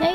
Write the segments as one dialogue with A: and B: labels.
A: 哎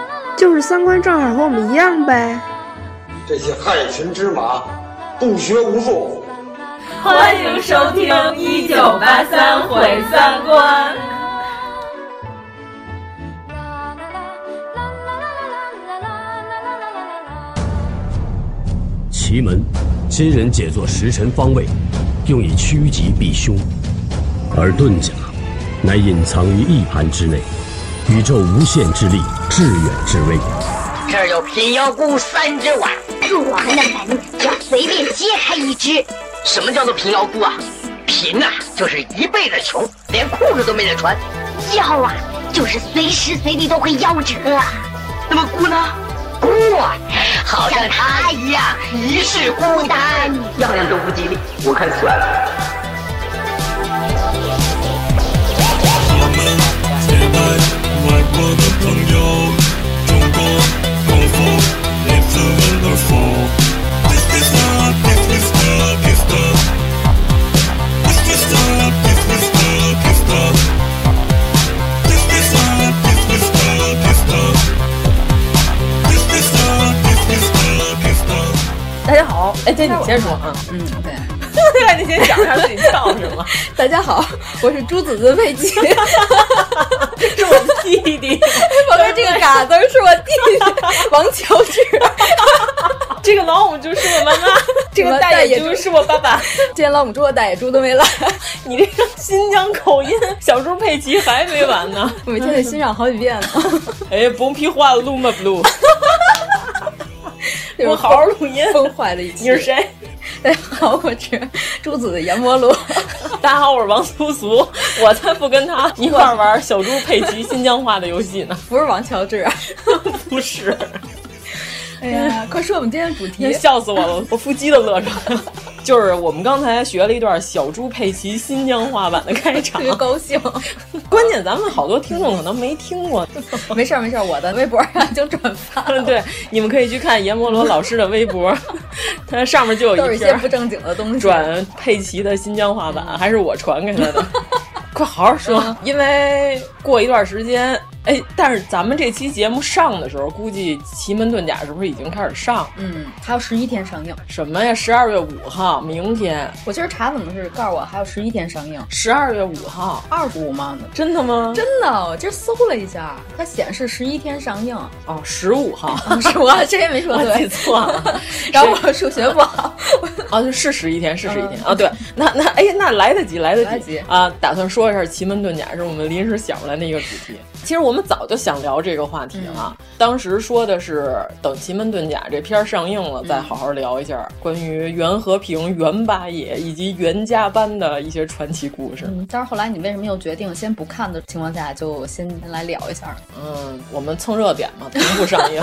B: 就是三观正好和我们一样呗。
C: 这些害群之马，不学无术。
D: 欢迎收听《一九八三毁三观》。
E: 奇门，今人解作时辰方位，用以趋吉避凶；而遁甲，乃隐藏于一盘之内，宇宙无限之力，致远之威。
F: 这儿有平遥宫三只碗，
G: 我们的门只要随便揭开一只。
F: 什么叫做平遥姑啊？贫啊，就是一辈子穷，连裤子都没得穿；
G: 夭啊，就是随时随地都会夭折啊。
F: 那么姑呢？姑啊，好像他一样一世孤单，样样都不吉利。我看算了。
H: 我们接待外国的朋友，中国功夫也是 wonderful。This is love, this is love, this love. This is love, this is love, this love. This is love, this is love, this love.
D: 大家好，哎，这你先说啊，嗯， 对，对啊，你先讲一下自己叫什么？
I: 大家好，我是朱子子佩奇，
D: 是我弟弟，
I: 旁边这个嘎子是我弟 弟王乔治，
D: 这个老母猪是我妈妈，这个大野猪是我爸爸。
I: 今天老母猪和大野猪都没来，
D: 你这个新疆口音，小猪佩奇还没完呢，
I: 我每天得欣赏好几遍呢。
D: 哎，甭屁话了，录嘛不录？我好好录音，
I: 崩坏了一期。
D: 你是谁？
I: 大家好，我是朱子的阎摩 罗。
D: 大家好，我是王苏苏。我才不跟他一块玩小猪佩奇新疆话的游戏呢。
I: 不是王乔治、啊，
D: 不是。
I: 哎呀，快说我们今天主题！
D: 笑死我了，我腹肌都乐着。 就是我们刚才学了一段小猪佩奇新疆话版的开场，
I: 特别高兴。
D: 关键咱们好多听众可能没听过。
I: 没事儿没事儿，我的微博上已经转发了。
D: 对，你们可以去看阎摩罗老师的微博， 他上面就有
I: 都是一些不正经的东西。
D: 转佩奇的新疆话版，还是我传给他 的。快好好说，嗯、因为过一段时间，哎，但是咱们这期节目上的时候，估计《奇门遁甲》是不是已经开始上？
I: 嗯，还有十一天上映。
D: 什么呀？十二月五号，明天。
I: 我今儿查怎么是告诉我还有十一天上映。
D: 十二月五号，
I: 二十五吗？
D: 真的吗？
I: 真的，我今儿搜了一下，它显示十一天上 映。
D: 哦，十五 号，
I: 是我这也没说对，
D: 记错了。
I: 然后我数学不好。
D: 哦，是十一天，是十一天。啊、嗯哦，对，那那哎，那来得及，来得及啊！打算说。说一下《奇门遁甲》是我们临时想出来的一个主题。其实我们早就想聊这个话题了，嗯、当时说的是等《奇门遁甲》这片上映了，再好好聊一下关于袁和平、袁八野以及袁家班的一些传奇故事。
I: 嗯，但是后来你为什么又决定先不看的情况下，就先来聊一下？
D: 嗯，我们蹭热点嘛，同步上 映。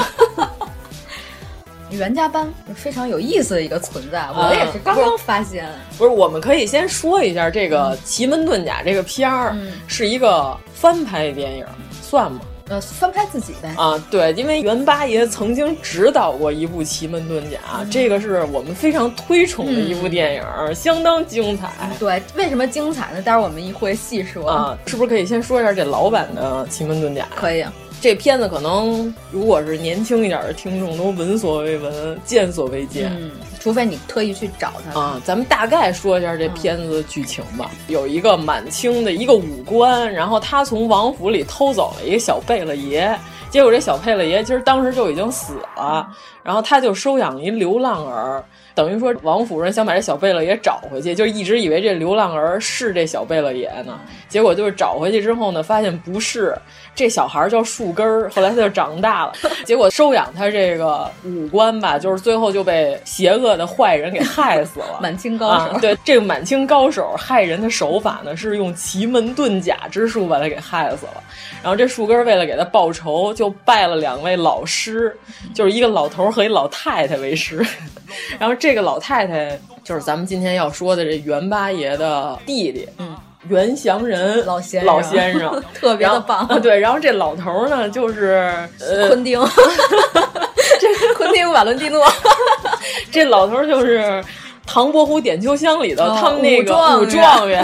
I: 袁家班非常有意思的一个存在，我也是刚刚发现。啊、
D: 不是，我们可以先说一下这个《奇门遁甲》这个片儿、嗯、是一个翻拍电影，算吗？
I: 呃，翻拍自己呗。
D: 啊，对，因为袁八爷曾经执导过一部《奇门遁甲》嗯，这个是我们非常推崇的一部电影，嗯、相当精彩。
I: 对，为什么精彩呢？待会儿我们一会细说。
D: 啊，是不是可以先说一下这老版的《奇门遁甲》？
I: 可以。
D: 这片子可能，如果是年轻一点的听众，都闻所未闻，见所未见。
I: 嗯，除非你特意去找他
D: 啊。咱们大概说一下这片子的剧情吧。嗯、有一个满清的一个武官，然后他从王府里偷走了一个小贝勒爷，结果这小贝勒爷其实当时就已经死了，嗯、然后他就收养了一流浪儿。等于说，王府人想把这小贝勒爷找回去，就是一直以为这流浪儿是这小贝勒爷呢。结果就是找回去之后呢，发现不是，这小孩叫树根儿。后来他就长大了，结果收养他这个武官吧，就是最后就被邪恶恶的坏人给害死了。
I: 满清高手
D: 啊对这个满清高手害人的手法呢，是用奇门遁甲之术把他给害死了。然后这树根儿为了给他报仇，就拜了两位老师，就是一个老头儿和一老太太为师。 然后这个老太太就是咱们今天要说的这袁八爷的弟弟，嗯，袁祥仁
I: 老先
D: 老先生
I: 特别的棒
D: 然后啊对，然后这老头儿呢，就是呃，
I: 昆汀， 这昆汀瓦伦蒂诺，
D: 这老头儿就是《唐伯虎点秋香》里头、
I: 哦
D: 他们那个
I: 武
D: 武
I: 状
D: 状 元。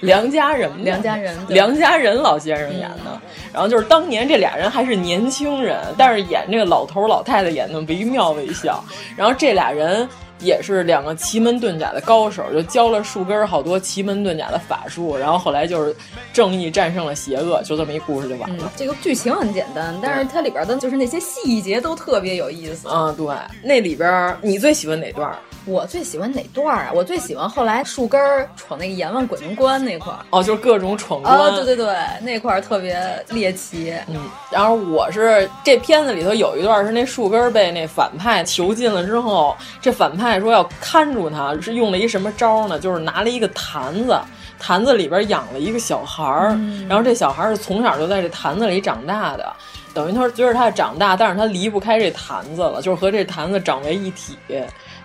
D: 梁家人嘛，
I: 梁家人对嗯
D: 梁家人老先生演的，然后就是当年这俩人还是年轻人，但是演这个老头儿老太太演的惟妙惟肖。然后这俩人也是两个奇门遁甲的高手，就教了树根儿好多奇门遁甲的法术，然后后来就是正义战胜了邪恶，就这么一故事就完了。
I: 嗯，这个剧情很简单，但是它里边的就是那些细节都特别有意思。
D: 啊、对，那里边儿你最喜欢哪段儿？
I: 我最喜欢哪段儿啊？我最喜欢后来树根儿闯那个阎王鬼门关那块儿。
D: 哦，就是各种闯关。
I: 啊，对对对，那块儿特别猎奇。
D: 嗯，然后我是这片子里头有一段是那树根儿被那反派囚禁了之后，这反派说要看住他，是用了一什么招呢？就是拿了一个坛子，坛子里边养了一个小孩儿，
I: 嗯
D: 然后这小孩儿是从小就在这坛子里长大的，等于他随着他长大，但是他离不开这坛子了，就是和这坛子长为一体。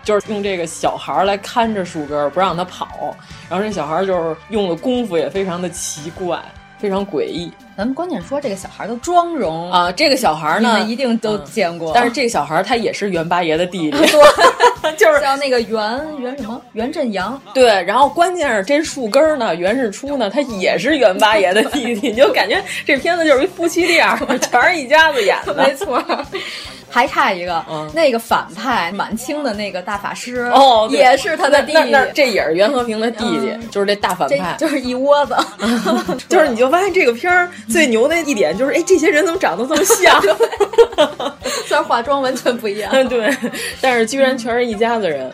D: 就是用这个小孩儿来看着树根儿，不让他跑。然后这小孩儿就是用的功夫也非常的奇怪，非常诡异。
I: 咱们关键说这个小孩的妆容，
D: 啊，这个小孩儿
I: 你
D: 呢
I: 们一定都
D: 嗯
I: 见过。
D: 但是这个小孩儿他也是袁八爷的弟 弟，
I: 就是叫那个袁袁什么袁 振阳，
D: 对。然后关键是这树根儿呢，袁世初呢，他也是袁八爷的弟弟，你就感觉这片子就是一夫妻店儿， 全是一家子演 的。
I: 没错。还差一个，
D: 嗯
I: 那个反派满清的那个大法师，
D: 哦，对
I: 也是他的弟
D: 那
I: 弟
D: 那，那这也是袁和平的弟弟，就是嗯这大反
I: 这
D: 派。
I: 就是一窝子，
D: 就是你 就发现这个片儿最牛的一点就是，哎，这些人怎么长得这么像？
I: 虽然化妆完全不一样。
D: 对，但是居然全是一家子人。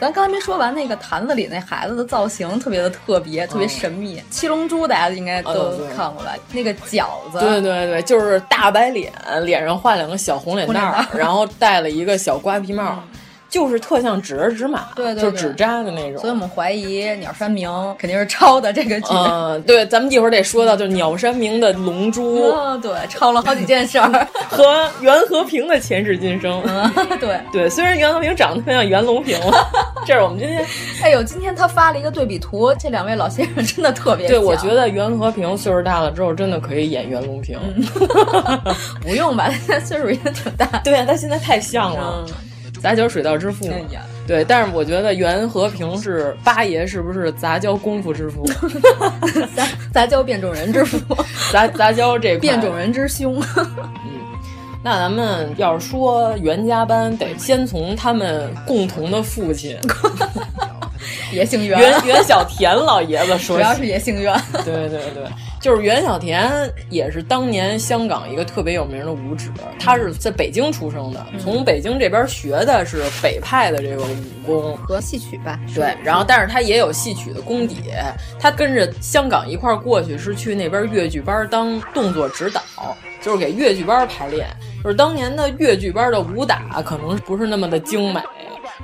I: 咱刚才没说完，那个坛子里那孩子的造型特别的特别，特别神秘。七龙珠大家应该
D: 哦
I: 都
D: 对
I: 看过吧？那个饺子，
D: 对对对，就是大白脸，脸上画两个小红脸蛋
I: 红
D: 儿，
I: 脸蛋儿嗯
D: 然后戴了一个小瓜皮帽，就是特像指儿指马，
I: 对对
D: 就
I: 对
D: 指扎的那种。
I: 所以我们怀疑鸟山明肯定是抄的这个剧。
D: 嗯，对，咱们一会儿得说到，就是鸟山明的《龙珠》
I: 哦，对，抄了好几件事儿。
D: 和袁和平的前世今生。
I: 嗯， 对，
D: 对，虽然袁和平长得特像袁隆平了， 这是我们今天
I: 哎呦，今天他发了一个对比图，这两位老先生真的特别
D: 对，
I: 像
D: 我觉得袁和平岁数大了之后，真的可以演袁隆平。
I: 不用吧， 他岁数也挺大。
D: 对啊，他现在太像了，杂交水稻之父嘛。
I: 哎嗯呀，
D: 对，但是我觉得袁和平是八爷，是不是杂交功夫之父？
I: 杂杂交变种人之父，
D: 杂杂交这块
I: 变种。人之兄。
D: 那咱们要是说袁家班，得先从他们共同的父亲
I: 也姓袁，
D: 袁袁小田老爷子说
I: 主要
D: 起。
I: 是也姓袁。
D: 对对对，就是袁小田也是当年香港一个特别有名的武指，他是在北京出生的，
I: 嗯
D: 从北京这边学的是北派的这个武功。
I: 和戏曲吧，
D: 对，然后但是他也有戏曲的功底，他跟着香港一块儿过去，是去那边越剧班当动作指导，就是给越剧班排练。就是当年的越剧班的武打可能不是那么的精美，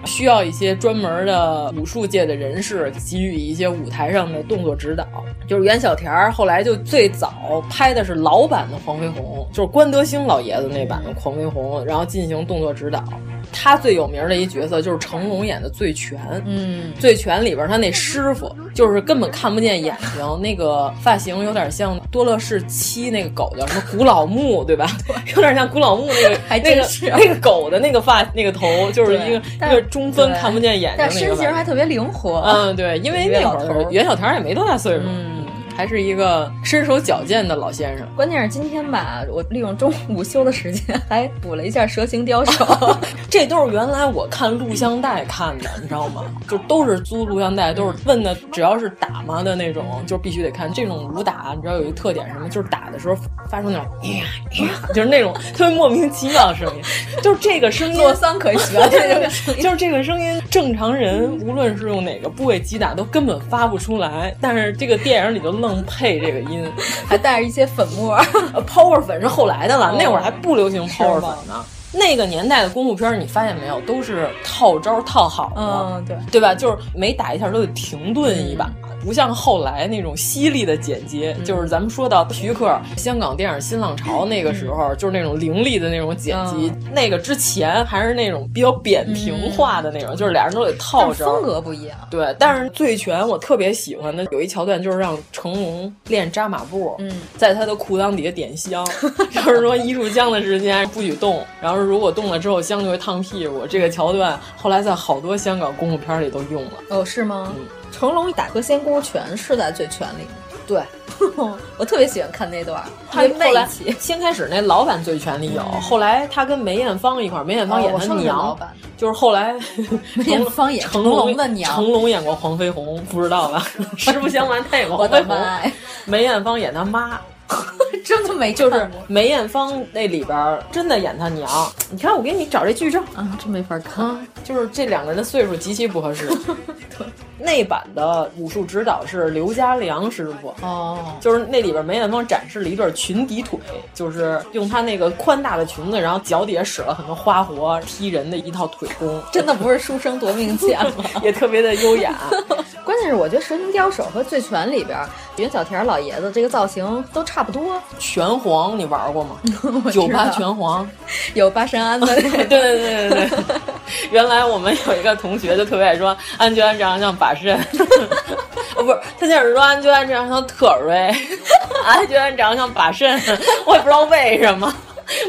D: 需要一些专门的武术界的人士给予一些舞台上的动作指导。就是袁小田儿后来就最早拍的是老版的《黄飞鸿》，就是关德兴老爷子那版的《黄飞鸿》，然后进行动作指导。他最有名的一角色就是成龙演的《醉拳》，
I: 嗯，
D: 《醉拳》里边他那师傅就是根本看不见眼睛，那个发型有点像多乐士七那个狗叫什么古老木，对吧？ 有点像古老木那个，
I: 还
D: 那
I: 真
D: 个
I: 是
D: 那个狗的那个发那个头，就是
I: 对
D: 一个
I: 但
D: 一个中分看不见眼睛
I: 但
D: 那
I: 身
D: 个
I: 形
D: 玩
I: 还
D: 意儿。
I: 特别灵活。
D: 嗯，对，因为
I: 一个
D: 那
I: 老
D: 会
I: 头
D: 儿
I: 儿
D: 袁小田也没多大岁数，
I: 嗯
D: 还是一个身手矫健的老先生。
I: 关键是今天吧，我利用中午午休的时间还补了一下《蛇形刁 手》，
D: 这都是原来我看录像带看的，你知道吗？就都是租录像带，都是问的，只要是打嘛的那种，就必须得看。这种武打，你知道有一特点什么？就是打的时候发出那种哎呀哎呀，就是那种特别莫名其妙的声音，就是这个声音。
I: 洛桑可 学这个声音
D: 就是这个声音，正常人无论是用哪个部位击打，都根本发不出来。但是这个电影里就愣配这个音，
I: 还带着一些粉末。
D: 呃，power 粉是后来的了，
I: 哦
D: 那会儿还不流行
I: 是
D: power 粉
I: 吗
D: 呢。那个年代的功夫片儿，你发现没有，都是套招套好的，
I: 嗯对嗯
D: 对吧？就是每打一下都得停顿一把。不像后来那种犀利的剪接，就是咱们说到徐克香港电影新浪潮那个时候，
I: 嗯
D: 就是那种凌厉的那种剪辑。那个之前还是那种比较扁平化的那种，就是俩人都得套
I: 嗯但是
D: 招，
I: 风格不一样。
D: 对，但是《醉拳》我特别喜欢的有一桥段，就是让成龙练扎马步，
I: 嗯，
D: 在他的裤裆底下点香， 就是说一炷香的时间不许动，然后如果动了之后香就会烫屁股。这个桥段后来在好多香港功夫片里都用了。
I: 哦，是吗？
D: 嗯
I: 成龙打个仙姑拳是在醉拳里，对， 我特别喜欢看那段儿，
D: 他
I: 特别
D: 后来
I: 媚气。
D: 先开始那老版《醉拳》里有，后来他跟梅艳芳一块儿，梅艳芳
I: 嗯哦
D: 演
I: 我
D: 他
I: 说的是老
D: 娘
I: 版，
D: 就是后 来
I: 梅艳芳演
D: 成
I: 成龙的娘
D: 成龙演过黄飞鸿，不知道吧？ 实不相瞒，他演过黄飞
I: 我
D: 鸿
I: 的妈呀，
D: 梅艳芳演他妈。
I: 真的没
D: 就
I: 看过
D: 是梅艳芳那里边儿真的演他娘，你看我给你找这剧照
I: 啊，真没法看。
D: 啊，就是这两个人的岁数极其不合 适。那版的武术指导是刘家良师傅，
I: 哦，
D: 就是那里边梅艳芳展示了一对裙底腿，就是用她那个宽大的裙子，然后脚底下使了很多花活踢人的一套腿功，
I: 真的不是书生夺命剑吗？
D: 也特别的优雅。
I: 关键是我觉得《神灵刁手》和《醉拳》里边儿袁小田老爷子这个造型都差不 多，
D: 拳皇你玩 过吗？酒吧拳皇，
I: 有八神 庵的 那
D: 对
I: 个。
D: 对对对对。原来我们有一个同学就特别爱说安全安长像把肾， 哦不是，他就是说安全安长像特瑞， 安全安长像把肾，我也不知道为什么，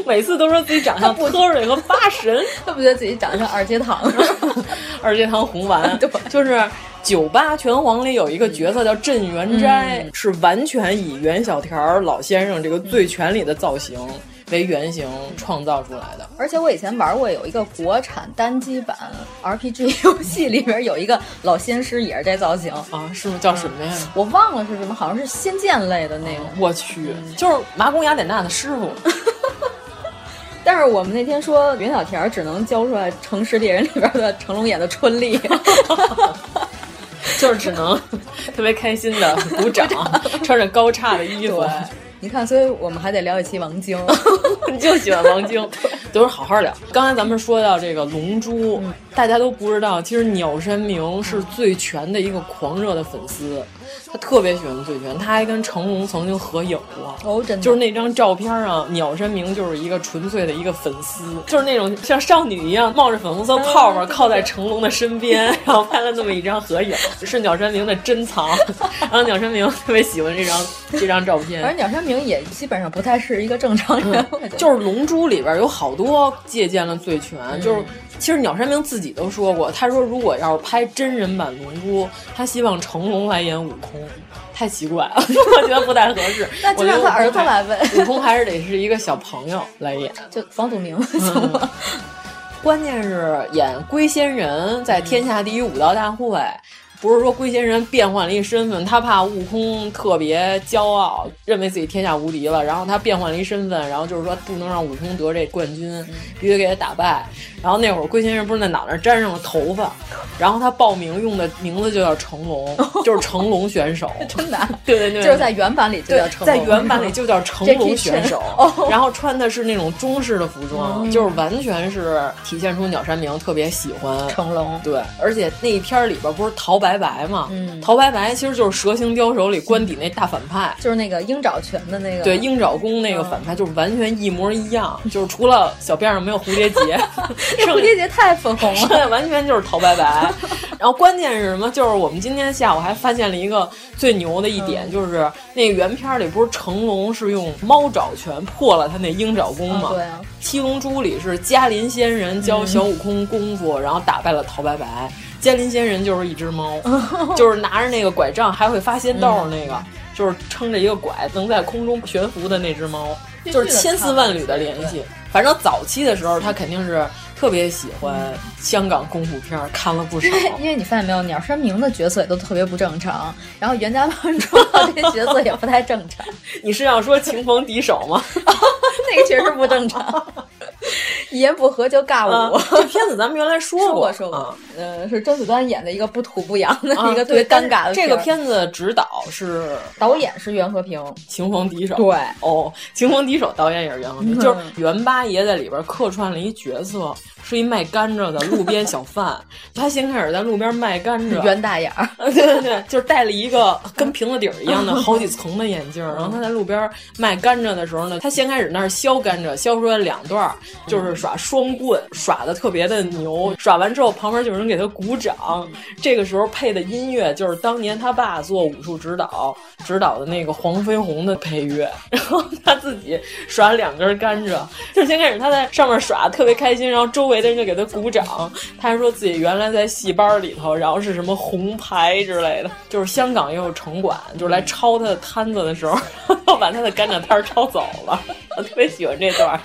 D: 每次都说自己长相特瑞和八神。
I: 他不觉得自己长得像二阶堂吗？
D: 二阶堂红丸，
I: 对
D: 就是酒吧拳皇里有一个角色叫镇元斋，是完全以袁小条儿老先生这个醉拳里的造型为原型创造出来的。
I: 而且我以前玩过有一个国产单机版 RPG 游戏，里边有一个老仙师也是这造型，
D: 啊，是吗？叫什么呀？
I: 我忘了是什么，好像是仙剑类的那个。
D: 我去，就是麻宫雅典娜的师傅，
I: 但是我们那天说袁小田只能教出来《城市猎人》里边的成龙演的春 丽，
D: 就是只能 特别开心的鼓掌，穿着高叉的衣服
I: 对。你看，所以我们还得聊一期王 晶。
D: 你就喜欢王晶，等会儿好好聊。刚才咱们说到这个《龙珠》
I: 嗯
D: 大家都不知道，其实鸟山明是醉拳的一个狂热的粉丝，他特别喜欢醉拳，他还跟成龙曾经合影过。
I: 哦，真的
D: 就是那张照片啊，鸟山明就是一个纯粹的一个粉丝，就是那种像少女一样冒着粉红色泡泡
I: 嗯
D: 靠在成龙的身边，然后拍了那么一张合影，是鸟山明的珍藏。 然后鸟山明特别喜欢这张这张照片，
I: 反正鸟山明也基本上不太是一个正常人， 我觉得
D: 就是《龙珠》里边有好多借鉴了醉拳，
I: 嗯。
D: 就是其实鸟山明自己都说过，他说如果要是拍真人版《龙珠》，他希望成龙来演悟空，太奇怪了， 我觉得不太合适
I: 那就让他儿子来呗
D: 我觉得悟空还悟空还是得是一个小朋友来演。
I: 就房祖名
D: 嗯
I: 行吗？
D: 关键是演龟仙人在天下第一武道大会，不是说龟仙人变换了一身份，他怕悟空特别骄傲，认为自己天下无敌了，然后他变换了一身份，然后就是说不能让悟空得这冠军，
I: 嗯
D: 必须给他打败。然后那会儿龟仙人不是在脑袋粘上了头 发，然后他报名用的名字就叫成龙，就是成龙选 手。
I: 真的啊，
D: 对对对，
I: 就是在原版里就
D: 对
I: 叫，成龙，
D: 在原版里就叫成龙选手
I: Jackie Chan，哦，
D: 然后穿的是那种中式的服
I: 嗯
D: 装，就是完全是体现出鸟山明特别喜欢
I: 成龙。
D: 对，而且那一片儿里边不是陶白白嘛，
I: 嗯
D: 陶白白其实就是《蛇形刁手》里官邸那大反派。
I: 就是那个鹰爪拳的那 个，
D: 对，鹰爪功那个反派就是完全一模一样，就是除了小辫儿上没有蝴蝶 结，
I: 那 蝴
D: 剩
I: 蝶结太粉红
D: 剩
I: 了。
D: 下完全就是陶白白。然后关键是什么？就是我们今天下午还发现了一个最牛的一
I: 嗯
D: 点，就是那个原片里不是成龙是用猫爪拳破了他那鹰爪功吗？
I: 啊对啊嗯
D: 七龙珠》里是嘉林仙人教小悟空功夫，然后打败了陶白白。嘉林仙人就是一只 猫，就是拿着那个拐杖还会发仙豆
I: 嗯
D: 儿那个，就是撑着一个拐能在空中悬浮的那只猫，
I: 这
D: 就是
I: 剧的
D: 千丝
I: 看
D: 万
I: 法
D: 缕的联系。反正早期的时候，他肯定是特别喜欢香港功夫片儿，看了不少
I: 因。为因为你发现没有，鸟山明的角色也都特别不正常，然后袁家班主的这角色也不太正常，
D: 你是要说情逢敌手吗？
I: 那个确实不正常。一言不合就尬舞。
D: 啊这片子咱们原来说
I: 过，
D: 说
I: 过，呃，是甄子丹演的一个不吐不扬的
D: 啊
I: 一个特别
D: 对但
I: 尴尬的。
D: 这个片子指导是
I: 导演是袁和平，
D: 情逢敌手。
I: 对
D: 哦，情逢敌手导演也是袁和平，
I: 嗯
D: 就是袁八爷在里边客串了一角色，是一卖甘蔗的路边小 贩。他先开始在路边卖甘蔗，
I: 袁大眼儿。
D: 对对对，就是戴了一个跟瓶子底儿一样的好几层的眼镜儿，然后他在路边卖甘蔗的时候呢，他先开始那儿削甘蔗，削出来两段儿，就是耍双棍，耍的特别的牛。耍完之后，旁边就有人给他鼓掌。这个时候配的音乐就是当年他爸做武术指导指导的那个黄飞鸿的配乐， 然后他自己耍两根甘蔗，就是先开始他在上面耍特别开心，然后周围的人就给他鼓掌。他还说自己原来在戏班里头，然后是什么红牌之类的，就是香港也有城管，就是来抄他的摊子的时候，要把他的甘蔗摊儿抄走了。我特别喜欢这段儿。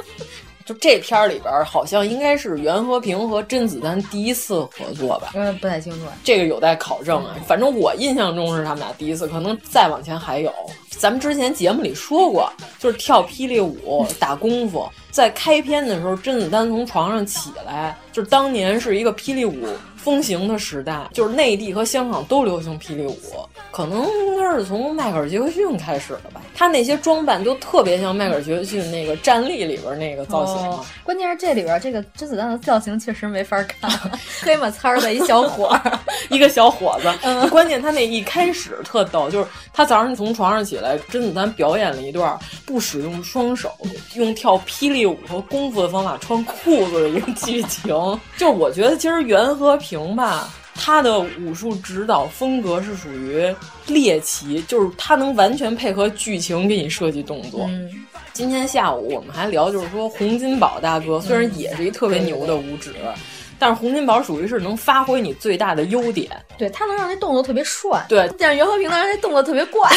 D: 就这片儿里边儿，好像应该是袁和平和甄子丹第一次合作吧？
I: 嗯，不太清楚。
D: 这个有待考证啊。反正我印象中是他们俩第一次，可能再往前还有。咱们之前节目里说过，就是跳霹雳舞、打功夫，在开篇的时候，甄子丹从床上起来，就是当年是一个霹雳舞。风行的时代，就是内地和香港都流行霹雳舞，可能应该是从迈克尔·杰克逊开始的吧。他那些装扮都特别像迈克尔·杰克逊那个《战力》里边那个造型、
I: 哦关键是这里边这个甄子丹的造型确实没法看，黑马擦儿的一小伙儿，
D: 一个小伙子。关键他那一开始特逗，就是他早上从床上起来，甄子丹表演了一段不使用双手，用跳霹雳舞和功夫的方法穿裤子的一个剧情。就是我觉得其实袁和平吧。他的武术指导风格是属于猎奇，就是他能完全配合剧情给你设计动作。
I: 嗯，
D: 今天下午我们还聊，就是说洪金宝大哥虽然也是一特别牛的武指，但是洪金宝属于是能发挥你最大的优点。
I: 对他能让这动作特别帅，
D: 对
I: 但是袁和平能让这动作特别 怪，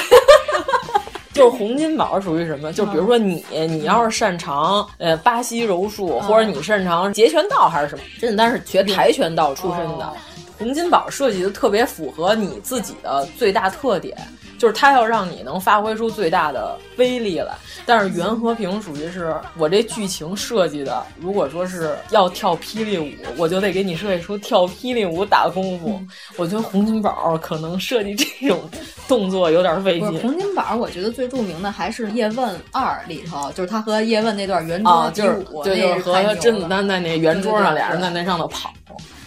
D: 就是洪金宝属于什么？就比如说你，你要是擅长呃巴西柔术，或者你擅长截拳道还是什么，甄子丹是学跆拳道出身的。洪金宝设计的特别符合你自己的最大特点，就是他要让你能发挥出最大的威力来。但是袁和平属于是我这剧情设计的，如果说是要跳霹雳舞，我就得给你设计出跳霹雳舞打功夫。我觉得洪金宝可能设计这种动作有点费
I: 不是
D: 劲。
I: 洪金宝，我觉得最著名的还是《叶问二》里头，就是他和叶问那段圆桌
D: 啊，
I: 比
D: 就是
I: 武，
D: 对，就是
I: 那
D: 和
I: 是太牛了
D: 甄子，丹在那圆桌上，
I: 对对对
D: 俩人在那上头跑，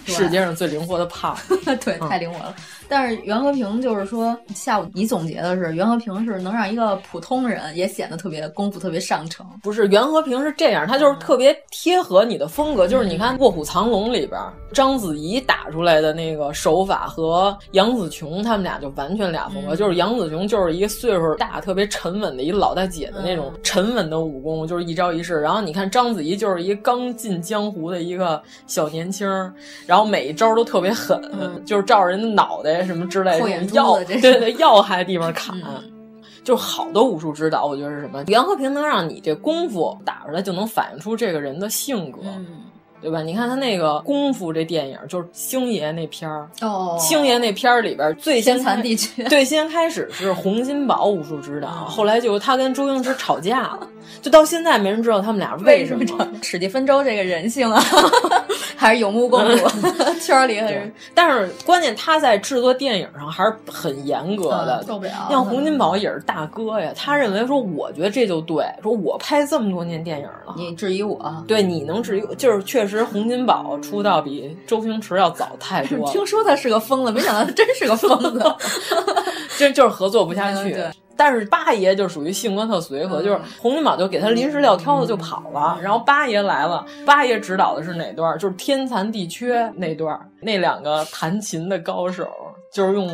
I: 对
D: 世界上最灵活的胖子。
I: 对，太灵活了。但是袁和平就是说，下午你总结的是，袁和平是能让一个普通人也显得特别功夫特别上乘，
D: 不是袁和平是这样，他就是
I: 嗯
D: 特别贴合你的风格，就是你看《卧虎藏龙》里边章子怡打出来的那个手法和杨紫琼他们俩就完全俩风
I: 嗯
D: 格，就是杨紫琼就是一个岁数大、特别沉稳的一老大姐的那种
I: 嗯
D: 沉稳的武功，就是一招一式。然后你看章子怡就是一刚进江湖的一个小年轻儿，然后每一招都特别狠，就是照着人的脑袋什么之类
I: 扣
D: 的
I: 嗯眼珠，子
D: 要
I: 这是嗯
D: 对对要害地方砍。就是好的武术指导，我觉得是什么？袁和平能让你这功夫打出来，就能反映出这个人的性格，
I: 嗯，
D: 对吧？你看他那个功夫这电影，就是星爷那片儿，
I: 哦，
D: 星爷那片儿里边最先
I: 天
D: 开
I: 残地哦缺，
D: 对，先开始是洪金宝武术指导，后来就是他跟周星驰吵架了，就到现在没人知道他们俩为什么。
I: 史蒂芬周这个人性啊， 还是有目共睹， 圈里还
D: 对
I: 是，
D: 但是关键他在制作电影上还是很严格的，
I: 嗯受不了
D: 像洪金宝也是大哥呀，他认为说，我觉得这就对，说我拍这么多年电影了，
I: 你质疑 我。啊
D: 对你能质疑我，就是确实洪金宝出道比周星驰要早太多了，
I: 听说他是个疯子，没想到他真是个疯 子。
D: 真就是合作不下去。
I: 嗯对嗯
D: 但是八爷就属于性格特随和，就是洪金宝就给他临时撂挑子就跑了，然后八爷来了，八爷指导的是哪段儿？就是天残地缺那段儿，那两个弹琴的高手就是用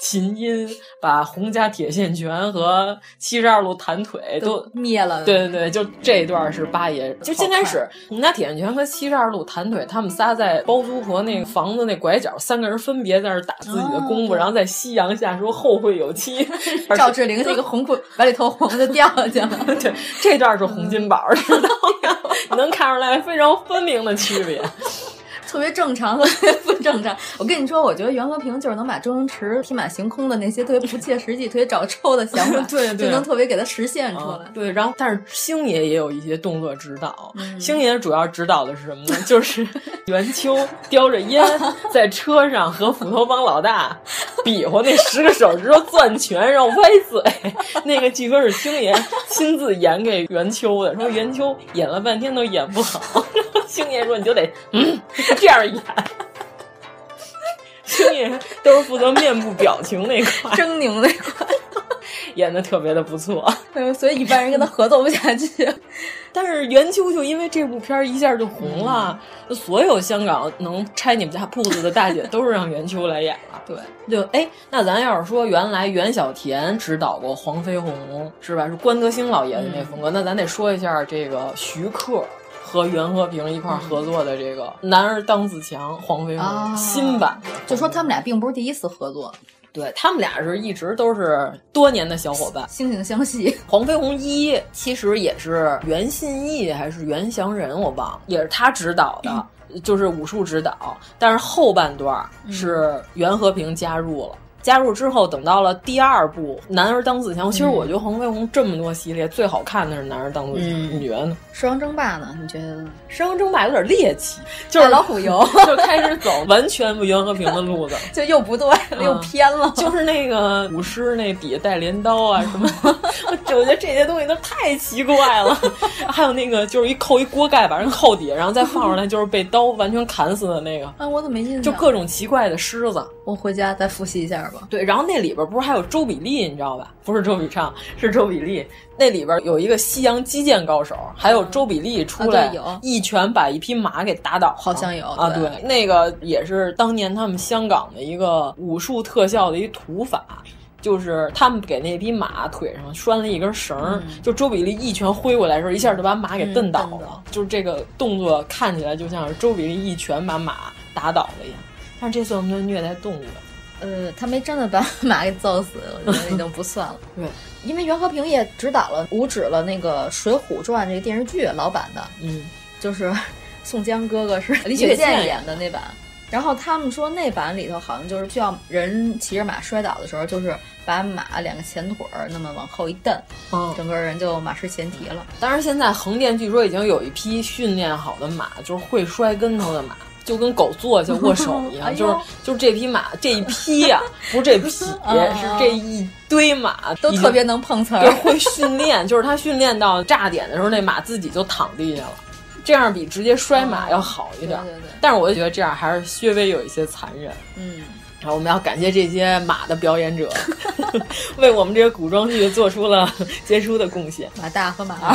D: 琴音把洪家铁线拳和七十二路弹腿都
I: 灭了，
D: 对对对，就这一段是八爷，嗯就先开
I: 好
D: 始，洪家铁线拳和七十二路弹腿，他们仨在包租婆那个房子那拐角，三个人分别在那儿打自己的功夫，然后在夕阳下说后会有 期。而且
I: 赵志凌那个红裤白里透红就掉下去 了。
D: 对，这 段是洪金宝，知道吗？你能看出来非常分明的区别。
I: 特别正常 和不正常。我跟你说，我觉得袁和平就是能把周星驰天马行空的那些特别不切实际、特别找抽的想法，
D: 对对
I: 就能特别给他实现出
D: 啊
I: 来。
D: 对，然后但是星爷也有一些动作指导，星爷主要指导的是什么呢？ 就是袁秋叼着烟在车上和斧头帮老大比划那十个手指头攥拳，然后歪嘴，那个据说是星爷亲自演给袁秋的，说袁秋演了半天都演不好， 然后星爷说你就得嗯这样演。 星爷都是负责面部表情那块儿，
I: 狰狞那块，
D: 演的特别的不错。
I: 哎 所以一般人跟他合作不下去。
D: 但是袁秋就因为这部片儿一下就红了，就所有香港能拆你们家铺子的大姐都是让袁秋来演了。
I: 对，
D: 就哎，那咱要是说原来袁小田指导过黄飞鸿是吧？是关德兴老爷子那风
I: 嗯
D: 格，那咱得说一下这个徐克。和袁和平一块儿合作的这个《男儿当自强》，黄飞鸿、
I: 啊
D: 新版，
I: 就说他们俩并不是第一次合作，
D: 对他们俩是一直都是多年的小伙伴，
I: 惺惺相惜。
D: 黄飞鸿一其实也是袁信义还是袁祥仁，我忘，了，也是他指导的，就是武术指导。但是后半段儿是袁和平加入了。加入之后，等到了第二部《男儿当自强》，其实我觉得黄飞鸿这么多系列最好看的是《男儿当自强》，
I: 嗯
D: 你觉得呢？
I: 狮王争霸呢？你觉得呢？
D: 《生王争霸》有点猎奇，就是
I: 爱老虎 油
D: 就开始走完全不袁和平的路子。
I: 就又不对了，又
D: 嗯
I: 偏了。
D: 就是那个舞狮那底下带镰刀啊什么，我就觉得这些东西都太奇怪了。 还有那个就是一扣一锅盖把人扣底下，然后再放出来就是被刀完全砍死的那个，
I: 啊，我怎么没印象？
D: 就各种奇怪的狮子。
I: 我回家再复习一下吧。
D: 对，然后那里边不是还有周比利，你知道吧？不是周笔畅，是周比利。那里边有一个西洋击剑高手，还有周比利出来、
I: 啊对有
D: 一拳把一匹马给打倒了，
I: 好像有
D: 啊。
I: 对
D: 对，那个也是当年他们香港的一个武术特效的一土法。就是他们给那匹马腿上拴了一根绳儿，就周比利一拳挥过来的时候，一下就把马给蹬倒
I: 嗯嗯蹬
D: 了
I: 倒。
D: 就是这个动作看起来就像是周比利一拳把马打倒了一样，但是这算不算虐待动物啊？
I: 呃，他没真的把马给揍死，我觉得已经不 算了。
D: 对，
I: 因为袁和平也指导了、五指了那个《水浒传》这个电视剧老版的，
D: 嗯，
I: 就是 宋江哥哥是李
D: 雪健
I: 健演的那版。然后他们说那版里头好像就是需要人骑着马摔倒的时候，就是把马两个前腿儿那么往后一蹬，
D: 嗯，
I: 整个人就马失前蹄了。
D: 当然，现在横店据说已经有一批训练好的马，就是会摔跟头的马，就跟狗坐下握手一样，
I: 哎呦
D: 就是就是这匹马这一批呀、不是这匹，
I: 啊
D: 是这一堆马
I: 都
D: 已经
I: 特别能碰瓷
D: 对
I: 儿，
D: 会训练，就是他训练到炸点的时候，那马自己就躺地下了。这样比直接摔马要好一点，
I: 嗯对对对
D: 但是我就觉得这样还是略微有一些残忍。
I: 嗯，
D: 然后我们要感谢这些马的表演者， 为我们这个古装剧做出了杰出的贡献。
I: 马大和马二，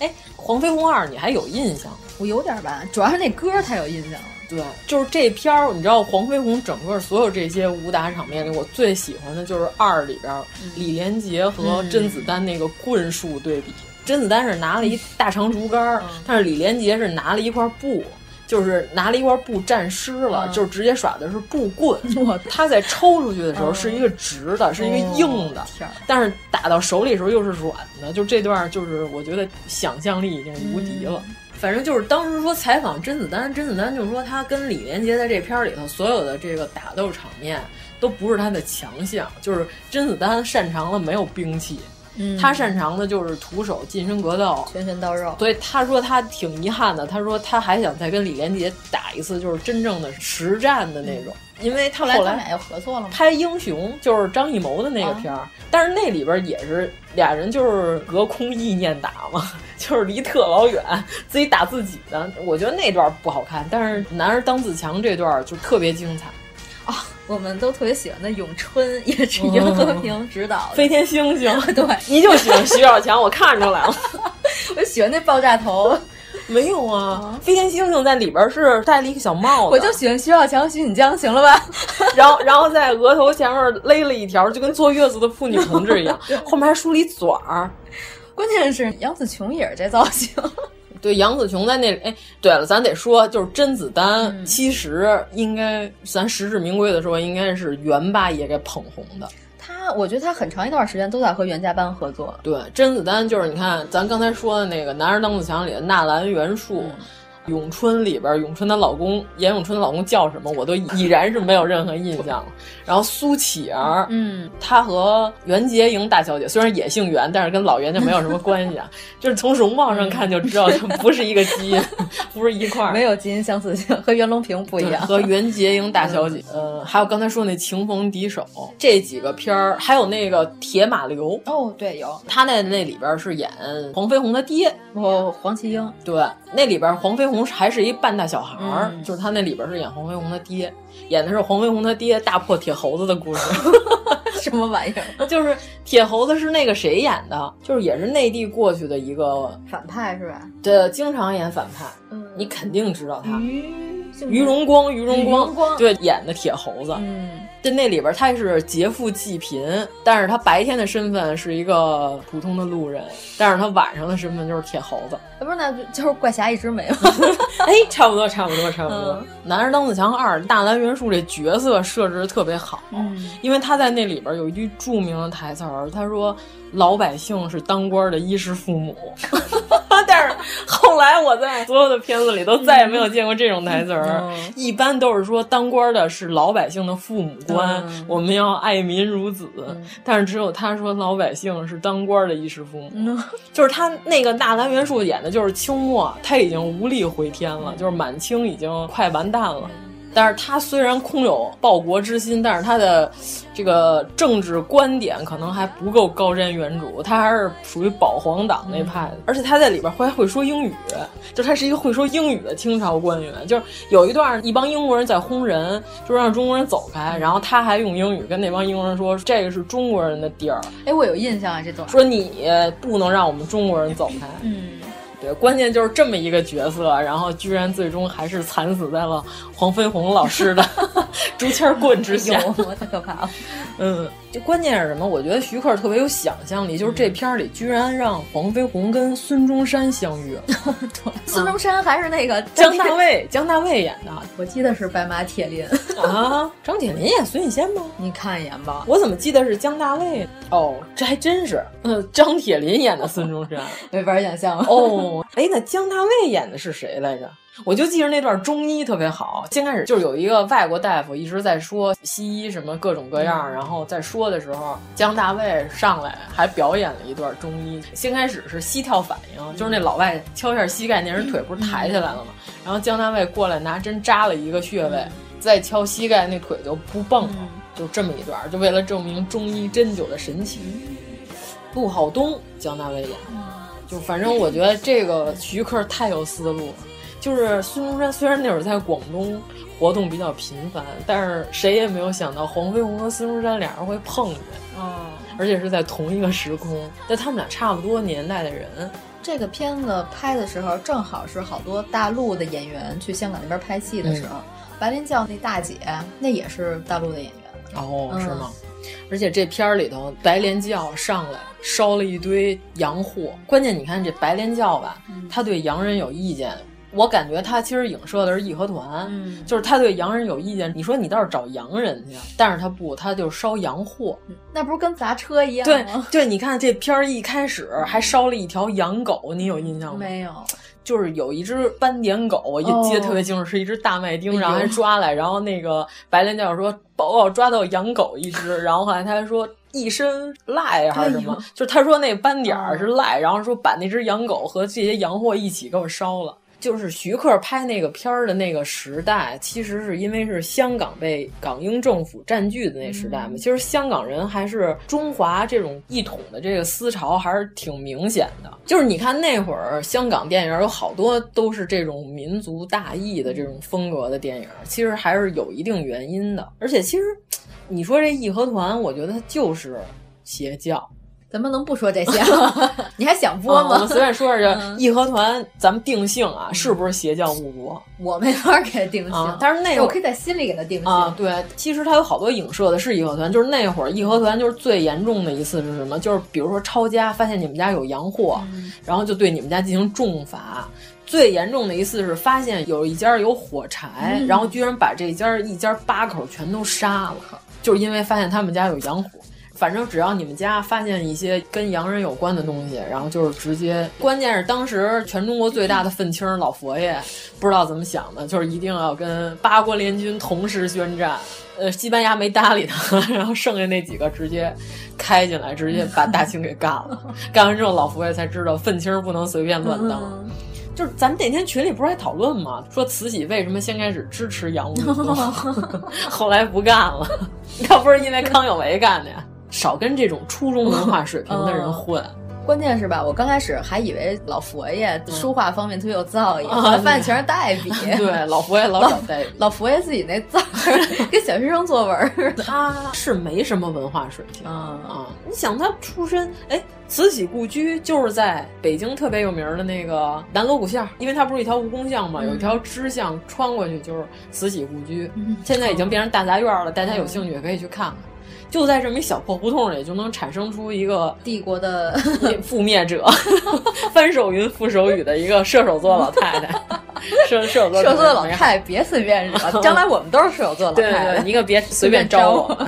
D: 哎，《黄飞鸿二》你还有印象吗？
I: 我有点儿吧，主要是那歌儿太有印象了。
D: 对，就是这片儿，你知道黄飞鸿整个所有这些武打场面里，我最喜欢的就是二里边儿
I: 嗯
D: 李连杰和甄子丹那个棍术对比。甄子丹是拿
I: 嗯
D: 了一大长竹竿儿，但是李连杰是拿了一块布。就是拿了一块布蘸湿了，
I: 嗯
D: 就是直接耍的是布棍
I: 我。
D: 他在抽出去的时候是一个直的，是一个硬的
I: 哦，天儿
D: 但是打到手里的时候又是软的，就这段儿就是我觉得想象力已经无敌了。反正就是当时说采访甄子丹，甄子丹就说他跟李连杰在这片儿里头所有的这个打斗场面都不是他的强项，就是甄子丹擅长的没有兵器，
I: 嗯
D: 他擅长的就是徒手近身格斗。
I: 拳拳到肉，
D: 所以他说他挺遗憾的，他说他还想再跟李连杰打一次，就是真正的实战的那种，嗯因为他
I: 后来
D: 后
I: 他们
D: 来
I: 俩又合作了吗？
D: 拍《英雄》就是张艺谋的那个片儿，但是那里边也是俩人就是隔空意念打嘛， 就是离特老远自己打自己的。我觉得那段不好看，但是《男儿当自强》这段就特别 精彩。
I: 我们都特别喜欢的咏春也是袁和平指导的，
D: 飞天猩 猩，
I: 对
D: 你就喜欢徐小强，我看出来了。
I: 我就喜欢那爆炸头，
D: 没有啊，飞天猩猩在里边是戴了一个小帽子，
I: 我就喜欢徐小强、徐锦江，行了吧？
D: 然后然后在额头前面勒了一条，就跟坐月子的妇女同志一 样，后面还梳了一嘴儿。
I: 关键是杨紫琼也是这造型，
D: 对，杨紫琼在那里。哎，对了，咱得说，就是甄子丹，其实应该咱实至名归的说，应该是袁八爷给捧红的。
I: 他我觉得他很长一段时间都在和袁家班合作，
D: 对，甄子丹就是你看，咱刚才说的那个《男儿当自强》里的纳兰元术。咏春里边，咏春她老公严咏春的老公叫什么，我都已然是没有任何印象了。然后苏乞儿，
I: 嗯，
D: 她和袁洁莹大小姐虽然也姓袁，但是跟老袁家没有什么关系啊。 就是从容貌上看就知道，她不是一个基因， 不是一块儿，
I: 没有基因相似性，和袁隆平不一样，嗯
D: 和袁洁莹大小姐，呃，还有刚才说那情逢敌手这几个片儿，还有那个铁马流，
I: 哦，对，有
D: 她在那里边是演黄飞鸿的爹，
I: 哦，黄麒英，
D: 对，那里边黄飞鸿还是一半大小孩儿，
I: 嗯
D: 就是他那里边是演黄飞鸿他爹，演的是黄飞鸿他爹大破铁猴子的故事。
I: 什么玩意儿？
D: 就是铁猴子是那个谁演的？就是也是内地过去的一个，
I: 反派是吧？
D: 这经常演反派，
I: 嗯
D: 你肯定知道他。
I: 于
D: 于荣光，于荣
I: 于荣光
D: 对演的铁猴子，
I: 嗯，
D: 在那里边他是劫富济贫，但是他白天的身份是一个普通的路人，但是他晚上的身份就是铁猴子。
I: 不是，那就就是怪侠一 直没了。
D: 哎，差不多，差不多，差不多。
I: 嗯
D: 男儿当自强二》纳兰元树这角色设置得特别好，
I: 嗯
D: 因为他在那里边有一句著名的台词儿，他说：“老百姓是当官的衣食父母。” 但是后来我在所有的片子里都再也没有见过这种台词儿，
I: 嗯
D: 一般都是说当官的是老百姓的父母官，
I: 嗯
D: 我们要爱民如子。但是只有他说老百姓是当官的衣食父母。
I: 嗯
D: 就是他那个纳兰元树演的就是清末，他已经无力回天了，就是满清已经快完蛋了。但是他虽然空有报国之心，但是他的这个政治观点可能还不够高瞻远瞩，他还是属于保皇党那派的。而且他在里边会会说英语，就他是一个会说英语的清朝官员。就是有一段一帮英国人在轰人，就让中国人走开，然后他还用英语跟那帮英国人说：“这个是中国人的地儿，
I: 哎，我有印象啊，这段。
D: 说你不能让我们中国人走开。
I: 嗯，
D: 对，关键就是这么一个角色，然后居然最终还是惨死在了黄飞鸿老师的 竹签棍之下。
I: 有，哎太 可怕了。
D: 嗯，就关键是什么？我觉得徐克特别有想象力，就是这片儿里居然让黄飞鸿跟孙中山相遇 了，
I: 孙中山还是那个
D: 江嗯大，卫，江大卫演的
I: 我记得是白马铁林，
D: 啊， 张铁林演孙逸仙吗？
I: 你看一眼吧。
D: 我怎么记得是江大卫？哦，这还真是，嗯，张铁林演的孙中山。
I: 没法想象了，
D: 哦，哎，那姜大卫演的是谁来着？我就记着那段中医特别好，先开始就是有一个外国大夫一直在说西医什么各种各样，然后在说的时候，姜大卫上来还表演了一段中医。先开始是膝跳反应，就是那老外敲一下膝盖，那人腿不是抬起来了吗？然后姜大卫过来拿针扎了一个穴位，再敲膝盖，那腿就不蹦了。就这么一段，就为了证明中医针灸的神奇。陆浩东，姜大卫演。就反正我觉得这个徐克太有思路了。就是孙中山虽然那会儿在广东活动比较频繁，但是谁也没有想到黄飞鸿和孙中山俩人会碰见，
I: 哦，
D: 而且是在同一个时空。但他们俩差不多年代的人，
I: 这个片子拍的时候，正好是好多大陆的演员去香港那边拍戏的时候，
D: 嗯
I: 白莲教那大姐那也是大陆的演员。
D: 哦
I: 嗯
D: 是吗？而且这片儿里头，白莲教上来烧了一堆洋货。关键你看这白莲教吧，他对洋人有意见。我感觉他其实影射的是义和团，
I: 嗯
D: 就是他对洋人有意见。你说你倒是找洋人 去，但是他不，他就烧洋货。
I: 那不是跟砸车一样
D: 对
I: 吗？
D: 对，你看这片儿一开始还烧了一条洋狗，你有印象吗？
I: 没有，
D: 就是有一只斑点狗，我
I: 哦
D: 记得特别清楚，是一只大麦
I: 哎
D: 町，
I: 呦
D: 然后还抓来，然后那个白莲教说把我抓到养狗一只，然后后来他还说。一身赖还是什么？
I: 哎呦
D: 就是他说那斑点儿
I: 哦
D: 是赖，然后说把那只养狗和这些洋货一起给我烧了。就是徐克拍那个片儿的那个时代，其实是因为是香港被港英政府占据的那时代嘛。其实香港人还是中华这种一统的这个思潮还是挺明显的。就是你看那会儿香港电影有好多都是这种民族大义的这种风格的电影，其实还是有一定原因的。而且其实你说这义和团，我觉得它就是邪教。
I: 咱们能不说这些 吗？你还想播
D: 啊哦我
I: 吗
D: 们？随便说说
I: 嗯
D: 义和团，咱们定性啊，是不是邪教误国？
I: 我没法给他定性
D: 啊，但是那会儿
I: 我可以在心里给他定性。
D: 啊，对，其实它有好多影射的是义和团，就是那会儿义和团就是最严重的一次是什么？就是比如说抄家，发现你们家有洋货，
I: 嗯
D: 然后就对你们家进行重罚。最严重的一次是发现有一家有火柴，然后居然把这家一家八口全都杀了，就是因为发现他们家有洋火。反正只要你们家发现一些跟洋人有关的东西，然后就是直接，关键是当时全中国最大的愤青老佛爷不知道怎么想的，就是一定要跟八国联军同时宣战。呃，西班牙没搭理他，然后剩下那几个直接开进来，直接把大清给干了。干完之后，老佛爷才知道愤青不能随便乱当。就是咱们那天群里不是还讨论吗？说慈禧为什么先开始支持洋务运动，后来不干了？要不是因为康有为干的呀？少跟这种初中文化水平的人混。
I: 关键是吧，我刚开始还以为老佛爷说话方面特别有造诣，我发现全是代笔。
D: 啊 对，老佛爷老找代笔，
I: 老佛爷自己那字儿跟小学生作文似的。
D: 他是没什么文化水平啊、嗯嗯！你想他出身，哎，慈禧故居就是在北京特别有名的那个南锣鼓巷，因为它不是一条蜈蚣巷嘛，有一条支巷穿过去就是慈禧故居，嗯、现在已经变成大杂院了，大家有兴趣也可以去看看。就在这么一小破胡同里，就能产生出一个
I: 帝国 的
D: 覆灭 者， 翻手云覆手雨的一个射手座老太太。 射射手座，
I: 射手座老太太 别随便惹，将来我们都是射手座老太太，
D: 对对对你可别随便招我，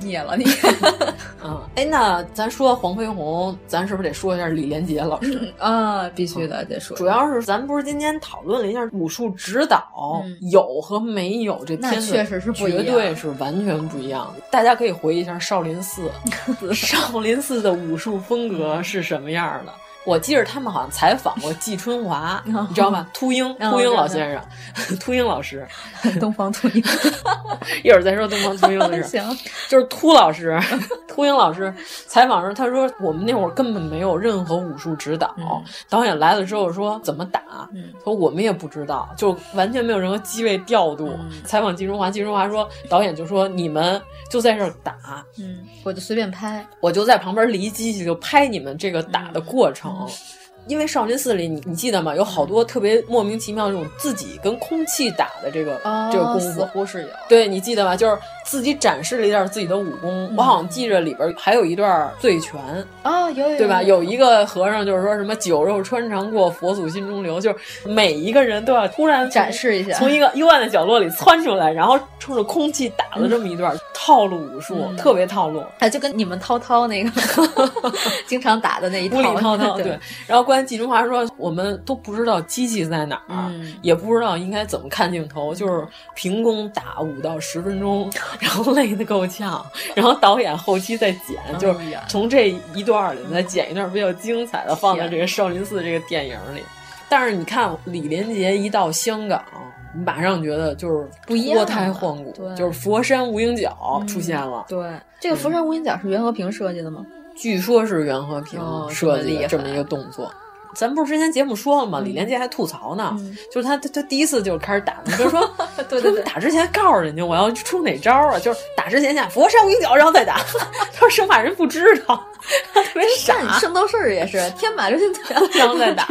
I: 灭了 你。
D: 嗯，哎，那咱说黄飞鸿，咱是不是得说一下李连杰老 师、
I: 嗯、啊？必须的，得说。
D: 主要是咱不是今天讨论了一下武术指导、嗯、有和没有这片
I: 子，确实是不
D: 一样，绝对是完全不一样的。大家可以回忆一下少林 寺，少林寺的武术风格是什么样的？我记着他们好像采访过季春 华，你知嗯道吧？秃鹰，秃鹰老先生，秃鹰老师，
I: 东方秃鹰。
D: 一会儿再说东方秃鹰 的事。
I: 行，
D: 就是秃老师， 秃鹰老师采访时，他说我们那会儿根本没有任何武术指导，导演来了之后说怎么打，说我们也不知道，就完全没有任何机位调度。采访季春华，季春华说导演就说你们就在这儿打，
I: 嗯，我就随便拍，
D: 我就在旁边离机器就拍你们这个打的过程。因为少林寺里，你你记得吗？有好多特别莫名其妙这种自己跟空气打的这个、哦、这个功夫，
I: 似乎是有。
D: 对你记得吗？就是自己展示了一段自己的武功。嗯、我好像记着里边还有一段醉拳
I: 啊、哦，有有
D: 对吧？
I: 有
D: 一个和尚就是说什么酒肉穿肠过，佛祖心中留，就是每一个人都要突然
I: 展示一下，
D: 从一个幽暗的角落里窜出来，然后冲着空气打了这么一段、嗯、套路武术，嗯、特别套路。
I: 哎，就跟你们涛涛 那个经常打的那一套，
D: 里涛涛
I: 对。对
D: 然后关于季中华说，我们都不知道机器在哪儿，嗯、也不知道应该怎么看镜头，就是凭空打五到十分钟， 然后累得够呛。 然后导演后期再剪，
I: 哎
D: 嗯、就是从这一段里再剪一段比较精彩的，放在这个少林寺这个电影里。但是你看李连杰一到香港。马上觉得就是脱胎换骨，就是佛山无影脚出现了。
I: 对，这个佛山无影脚是袁和平设计的吗？
D: 据说是袁和平
I: 哦
D: 设计的这么一个动作。咱不是之前节目说了吗？李
I: 嗯
D: 连杰还吐槽呢，就是他他他第一次就开始打，他说
I: 对对对，
D: 打之前告诉人家我要出哪招啊，就是打之前想佛山无影脚，然后再打， 他说生怕人不知道，特别傻。
I: 圣斗士也是天马流 星拳，
D: 然后再打。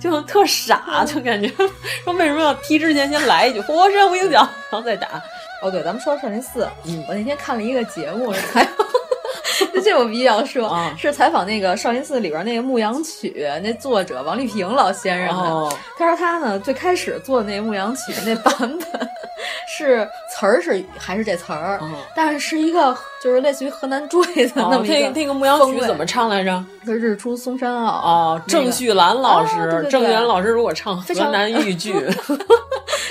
D: 就特傻，
I: 嗯
D: 就感觉说为什么要踢之前先来一句“佛山无影脚”，然后再打。
I: 哦，对，咱们说少林寺，嗯、我那天看了一个节目，采访， 这我必须要说，嗯、是采访那个少林寺里边那个《牧羊曲》那作者王丽萍老先生的。哦、他说他呢最开始做那《牧羊曲》那版本。是词儿是还是这词儿，哦、但是是一个就是类似于河南坠的那么一
D: 个、哦、那个牧羊曲怎么唱来着？
I: 是日出嵩山啊坳
D: 哦，郑绪岚老师，
I: 啊、
D: 郑绪岚老师如果唱河南豫 剧，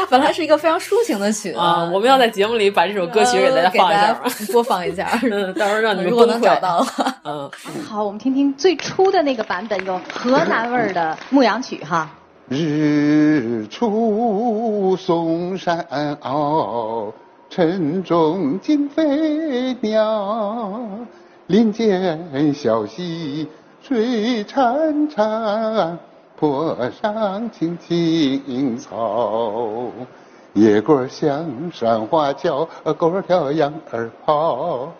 I: 本来是一个非常抒情的曲
D: 啊。我们要在节目里把这首歌曲给大家放一下，
I: 嗯、播放一下，
D: 嗯，到时候让你们
I: 如果能找到了，
D: 嗯，
J: 好，我们听听最初的那个版本，有河南味儿的牧羊曲哈。
K: 日出嵩山坳，晨钟惊飞鸟。林间小溪水潺潺，坡上青青草。野果香，山花俏，狗儿跳，羊儿跑。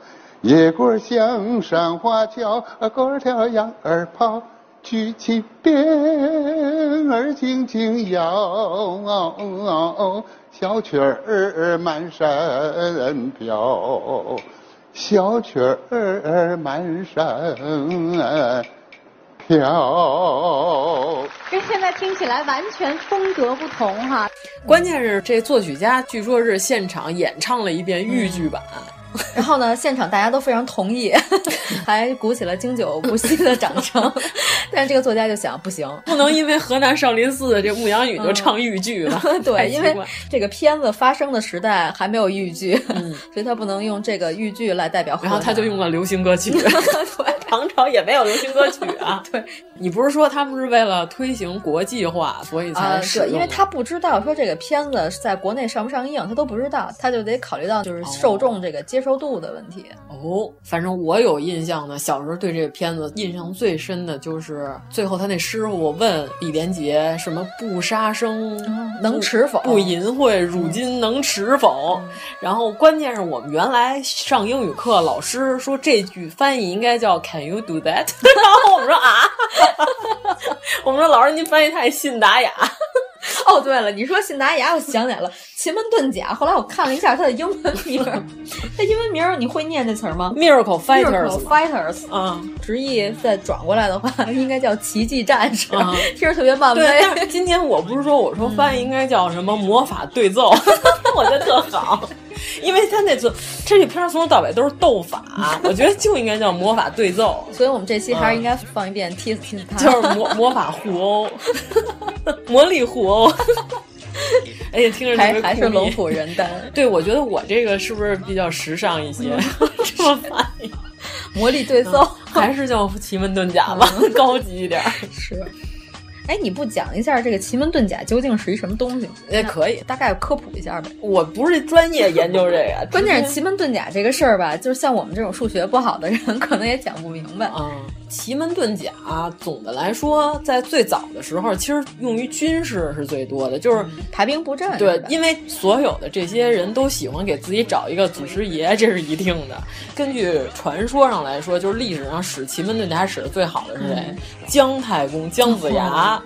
K: 野果香，山花俏，狗儿跳，羊儿跑。举起鞭儿轻轻摇，哦哦、小曲儿呃满山飘，小曲儿呃满山飘。
J: 跟现在听起来完全风格不同哈、啊。
D: 关键是这作曲家据说是现场演唱了一遍豫剧版。嗯
I: 然后呢，现场大家都非常同意，还鼓起了经久不息的掌声。 但是这个作家就想，不行，
D: 不能因为河南少林寺的这牧羊女就唱豫剧 了。
I: 对，因为
D: 太奇怪
I: 这个片子发生的时代还没有豫剧， 所以他不能用这个豫剧来代表河南。
D: 嗯然后他就用了流行歌 曲，唐朝也没有流行歌曲 啊。
I: 对，
D: 你不是说他们是为了推行国际化，所以
I: 啊
D: 才，使
I: 对，因
D: 用
I: 为
D: 的
I: 他不知道说这个片子是在国内上不上映，他都不知道，他就得考虑到就是受众这个接受度的 问题。
D: 哦，反正我有印象呢，小时候对这个片子印象最深的就是最后他那师傅问李连杰什么不杀生
I: 啊能持否嗯
D: 不淫秽，汝今能持否？嗯然后关键是我们原来上英语课，老师说这句翻译应该叫 Can you do that？然 后我们说啊， 我们说老师您翻译太信达雅。
I: 哦，对了，你说信达雅，我想起来了，奇门遁甲。后来我看了一下他的英文 名儿，他英文名儿你会念这词儿吗
D: Miracle Fighters 嘛
I: Fighters，
D: 嗯，
I: 直译再转过来的话，应该叫奇迹战士，
D: 嗯
I: 听着特别漫
D: 对，但
I: 威。
D: 是今天我不是说我说翻译应该叫什么魔法对奏， 我觉得特好，因为他那次这个片儿从头到尾都是斗法，我觉得就应该叫魔法对奏，
I: 所以我们这期还
D: 啊
I: 是应该放一遍踢死踢死他，
D: 就是魔魔法互殴， 魔力互殴，而且听着特别
I: 还还是
D: 酷
I: 龙
D: 毙
I: 虎人丹，
D: 对，我觉得我这个是不是比较时尚一些？
I: 嗯
D: 这么翻译，
I: 魔力
D: 嗯
I: 对奏。
D: 还是叫奇门遁甲吧，
I: 嗯
D: 高级一点儿。
I: 是。哎，你不讲一下这个奇门遁甲究竟是一什么东西吗？
D: 也呃可以
I: 大概科普一下呗。
D: 我不是专业研究这 个，
I: 关键是奇门遁甲这个事儿吧，就是像我们这种数学不好的人，可能也讲不明白。
D: 啊，奇门遁甲、总的来说，在最早的时候，其实用于军事是最多的，就是
I: 排兵布阵是
D: 对
I: 吧，
D: 因为所有的这些人都喜欢给自己找一个祖师爷，这是一定的。根据传说上来说，就是历史上使奇门遁甲使的最好的是谁？
I: 嗯
D: 姜太公姜子牙，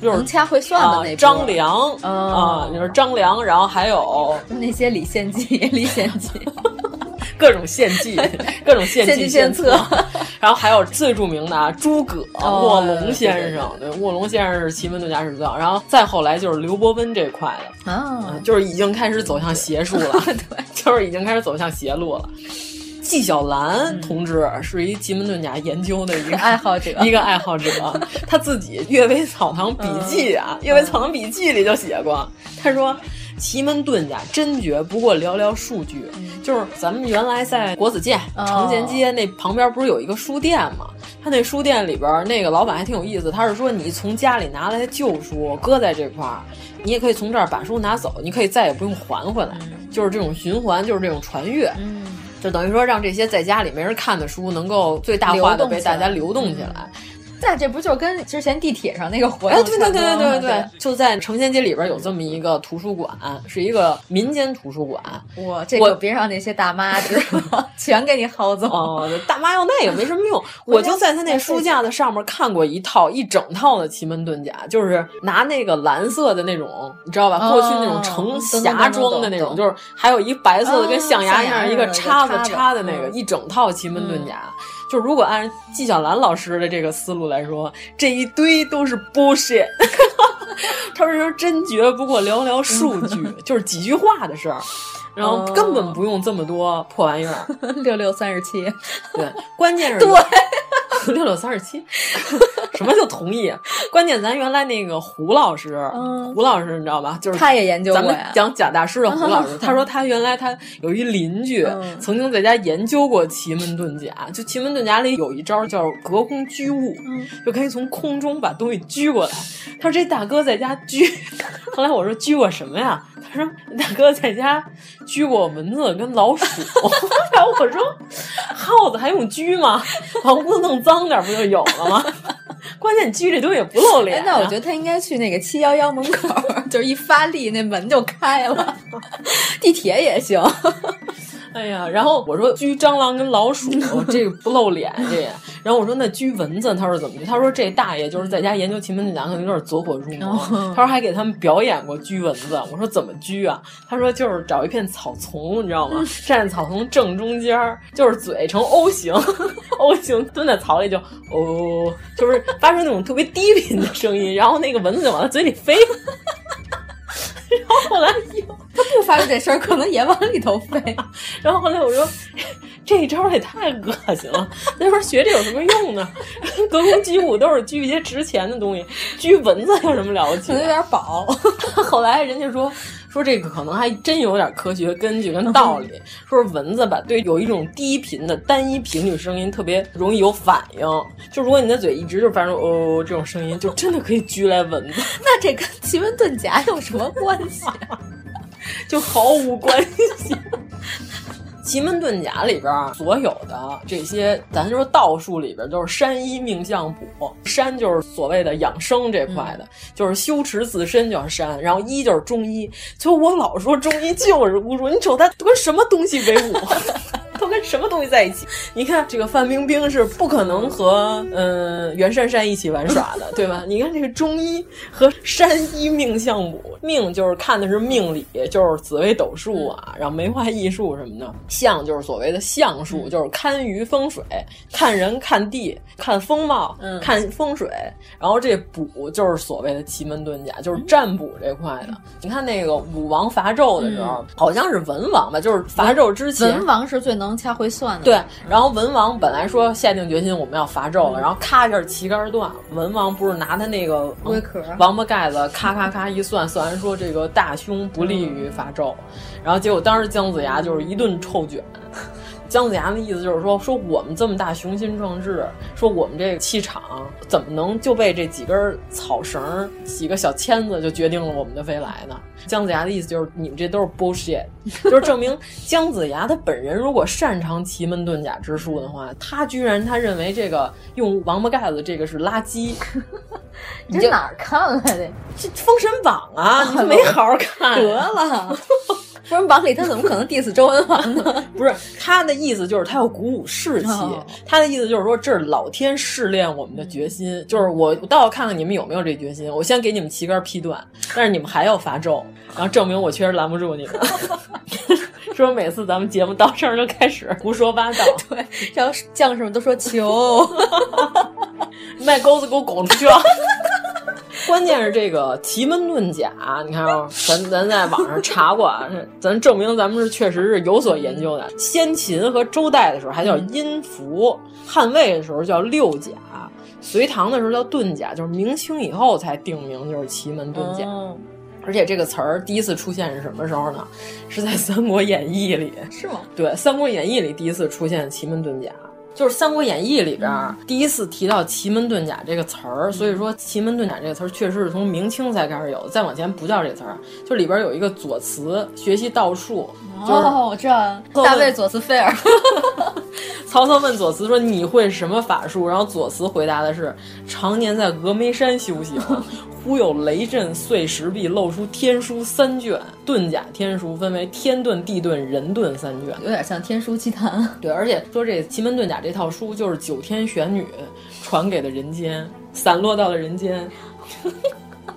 D: 就是
I: 能掐会算的那
D: 啊
I: 波
D: 张良啊、
I: 哦
D: 就是张良，然后还有
I: 那些李献计、 李献 计，啊
D: 各种献 计，各种献
I: 献
D: 计
I: 计
D: 献
I: 献
D: 策
I: 策，
D: 然后还有最著名的啊，诸葛
I: 哦
D: 卧龙先生，对卧龙先生是奇门遁甲史最早，然后再后来就是刘伯温这块的，
I: 啊，
D: 嗯就是已经开始走向邪术 了，对， 就是已经开始走向邪路了。纪晓岚同志是一奇门遁甲研究的一个
I: 嗯爱好者
D: 一个爱好者，他自己《阅微草堂笔
I: 嗯
D: 记》啊，阅微草堂笔记》里就写过，他说。奇门遁甲真绝，不过寥寥数句。
I: 嗯
D: 就是咱们原来在国子监、
I: 哦
D: 城前街那旁边不是有一个书店吗？他那书店里边那个老板还挺有意思，他是说你从家里拿来旧书搁在这块儿，你也可以从这儿把书拿走，你可以再也不用还回来，就是这种循环，就是这种传阅。
I: 嗯，
D: 就等于说让这些在家里没人看的书能够最大化的被大家流动起来。
I: 但这不就跟之前地铁上那个活
D: 哎，
I: 动
D: 对
I: 差不
D: 对
I: 多吗？
D: 对对对对
I: 对，，
D: 就在城先街里边有这么一个图书馆，是一个民间图书馆。
I: 我这
D: 我
I: 可别让那些大妈知道， 全给你薅走。
D: 哦，大妈要那个没什么 用，我就在他那书架子上面看过一套一整套的奇门遁甲，就是拿那个蓝色的那种，你知道吧？
I: 哦
D: 过去那种成匣装的那种，
I: 懂懂懂懂
D: 就是还有一白色的
I: 哦
D: 跟象牙一样
I: 象牙
D: 一个
I: 似的
D: 叉子
I: 有个叉子
D: 插的那个，
I: 嗯
D: 一整套奇门遁甲。就如果按纪晓岚老师的这个思路来说，这一堆都是 bullshit。他们说真绝，不过寥寥数句，就是几句话的事儿，然后
I: 嗯哦
D: 根本不用这么多破玩意儿。
I: 六六三十七，
D: 对，关键是六六三十七，什么叫同意？啊关键咱原来那个胡老师，
I: 嗯
D: 胡老师你知道吧？就是
I: 他也研究过
D: 咱
I: 呀
D: 们讲贾大师的胡老师，
I: 嗯
D: 他 说他原来他有一邻居
I: 嗯
D: 曾经在家研究过奇门遁甲，就奇门遁甲里有一招叫隔空居物，
I: 嗯
D: 就可以从空中把东西居 过来。他说这大哥在家居， 后来我说居过什么呀？他说大哥在家居过蚊子跟老鼠。 然后我说耗子还用居吗？ 把屋子弄脏点不就有了吗？ 关键居这东西也不露脸、
I: 哎
D: 啊，
I: 那我觉得他应该去那个七幺幺门口， 就是一发力，那门就开了。地铁也行，
D: 哎呀，然后我说拘蟑螂跟老鼠，这个不露脸这也。然后我说那拘蚊子，他说怎么拘？他说这大爷就是在家研究奇门遁甲，可能有点走火入魔。他说还给他们表演过拘蚊子。我说怎么拘啊？他说就是找一片草丛，你知道吗？站在草丛正中间儿，就是嘴呈 O 型，O 型蹲在草里就哦，就是发出那种特别低频 的声音，然后那个蚊子就往他嘴里飞。然后后来他不
I: 就发生这事儿，可能也往里头飞。
D: 然后后来我说，这一招也太恶心了，那时候学这有什么用呢？隔空击鼓都是狙一些值钱的东西，狙蚊子有什么了不起？啊
I: 可能有点饱。
D: 后来人家说。说这个可能还真有点科学根据跟道理。 说是蚊子吧，对有一种低频的单一频率声音特别容易有反应。就如果你的嘴一直就发出哦这种声音，就真的可以狙来蚊子。
I: 那这跟奇门遁甲有什么关系、啊？
D: 就毫无关系。奇门遁甲里边啊所有的这些，咱就说道术里边都是山医命相卜，山就是所谓的养生这块的，嗯、就是修持自身叫山，然后医就是中医。所以我老说中医就是巫术，你瞅他都跟什么东西为伍， 都跟什么东西在一起？你看这个范冰冰是不可能和嗯、呃、袁姗姗一起玩耍的，对吧？你看这个中医和山医命相卜，命就是看的是命理，就是紫微斗数啊，然后梅花易数什么的。相就是所谓的相
I: 嗯
D: 术，就是堪舆风水，看人、看地、看风貌、
I: 嗯、
D: 看风水。然后这卜就是所谓的奇门遁甲，就是占卜这块的。你看那个武王伐纣的时候，
I: 嗯、
D: 好像是文王吧，就是伐纣之前，
I: 文王是最能掐回算的。
D: 对，然后文王本来说下定决心我们要伐
I: 嗯
D: 纣了，然后咔一下旗杆断，文王不是拿他那个
I: 龟壳、
D: 嗯王八盖子咔咔咔一算，算完说这个大凶不利于伐纣。然后结果当时姜子牙就是一顿臭。卷，姜子牙的意思就是说，说我们这么大雄心壮志，说我们这个气场怎么能就被这几根草绳、几个小签子就决定了我们的未来呢？姜子牙的意思就是，你们这都是 bullshit，就是证明姜子牙他本人如果擅长奇门遁甲之术的话，他居然他认为这个用王八盖子这个是垃圾。
I: 你这哪看来的？
D: 这《封神榜》 啊，你没好好看，啊
I: 得了。 《封神榜》里他怎么可能 diss 周文王呢？
D: 不是他的意思，就是他要鼓舞士气。Oh.
I: 哦
D: 他的意思就是说，这是老天试炼我们的决心，
I: 嗯
D: 就是我倒要看看你们有没有这决心。我先给你们旗杆劈断，但是你们还要伐纣，然后证明我确实拦不住你们。 说每次咱们节目到这儿就开始胡说八道，
I: 对，然后将士们都说求
D: 卖钩子给我滚出去了。 关键是这个奇门遁甲，你看啊，咱咱在网上查过，啊 咱证明咱们是确实是有所研究的。先秦和周代的时候还叫阴符，汉魏的时候叫六甲，隋唐的时候叫遁甲，就是明清以后才定名就是奇门遁甲。
I: 哦
D: 而且这个词儿第一次出现是什么时候呢？是在《三国演义》里，
I: 是吗？
D: 对，《三国演义》里第一次出现奇门遁甲，就是《三国演义》里边、嗯、第一次提到奇门遁甲这个词儿。所以说，奇门遁甲这个词儿确实是从明清才开始有，再往前不叫这词儿。就里边有一个左慈学习道术，就是、
I: 哦，这大卫左慈菲尔。
D: 曹操问左慈说：“你会什么法术？”然后左慈回答的是：“常年在峨眉山修行。”忽有雷震碎石壁，露出天书三卷。遁甲天书分为天遁、地遁、人遁三卷，
I: 有点像《天书奇谭》。
D: 对，而且说这奇门遁甲这套书就是九天玄女传给了人间，散落到了人间。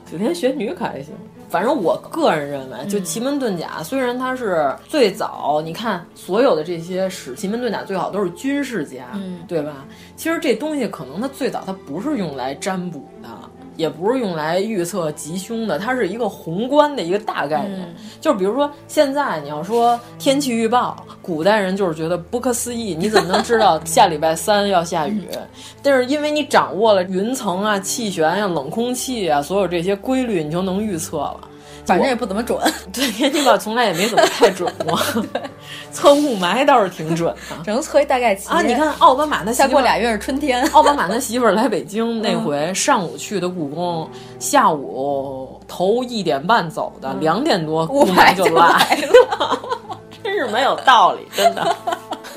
D: 九天玄女可还行。反正我个人认为，就奇门遁甲，虽然它是最早，你看所有的这些使奇门遁甲最好都是军事家，
I: 嗯，
D: 对吧？其实这东西可能它最早它不是用来占卜的，也不是用来预测吉凶的，它是一个宏观的一个大概念。
I: 嗯、
D: 就比如说现在你要说天气预报，古代人就是觉得不可思议，你怎么能知 道下礼拜三要下雨？
I: 嗯、
D: 但是因为你掌握了云层啊、气旋啊、冷空气啊，所有这些规律，你就能预测了。
I: 反正也不怎么准，
D: 对天气预报从来也没怎么太准 过，测雾霾倒是挺准的，
I: 只能测一大概齐
D: 啊。你看奥巴马他
I: 再过俩月是春天，
D: 奥巴马他媳妇儿来北京那回，上午去的故宫，下午头一点半走的，两点嗯多
I: 雾霾就
D: 来了， 真是没有道理，真的。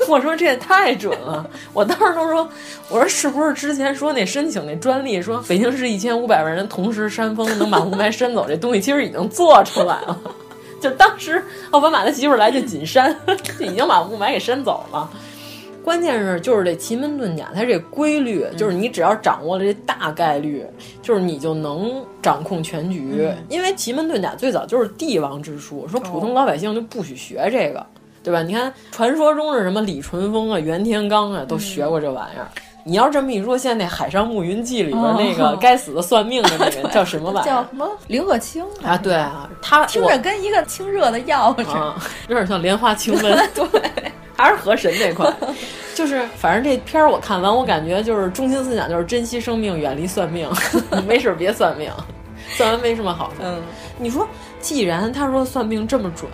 D: 我说这也太准了，我当时都说，我说是不是之前说那申请那专利，说北京市一千五百万人同时扇风能把雾霾扇走，这东西其实已经做出来了。 就当时奥巴马他媳妇来就紧扇， 就已经把雾霾给扇走了。关键是就是这奇门遁甲，它这规律就是你只要掌握了这大概率，就是你就能掌控全局。因为奇门遁甲最早就是帝王之术，说普通老百姓就不许学这个。对吧？你看，传说中是什么李淳风啊、袁天罡啊，都学过这玩意儿。
I: 嗯、
D: 你要这么一说，现在那《海上牧云记》里边那
I: 哦
D: 个该死的算命的那人 叫什么玩意
I: 叫
D: 儿
I: 什么林鹤清
D: 啊？对啊，他
I: 听着跟一个清热的药似
D: 我啊
I: 的。，
D: 有点像莲花清 瘟，对， 还是河神那块。 就是，反正这片儿我看完，我感觉就是中心思想就是珍惜生命，远离算命， 没事儿别算命， 算完没什么好处。嗯，你说，既然他说算命这么准，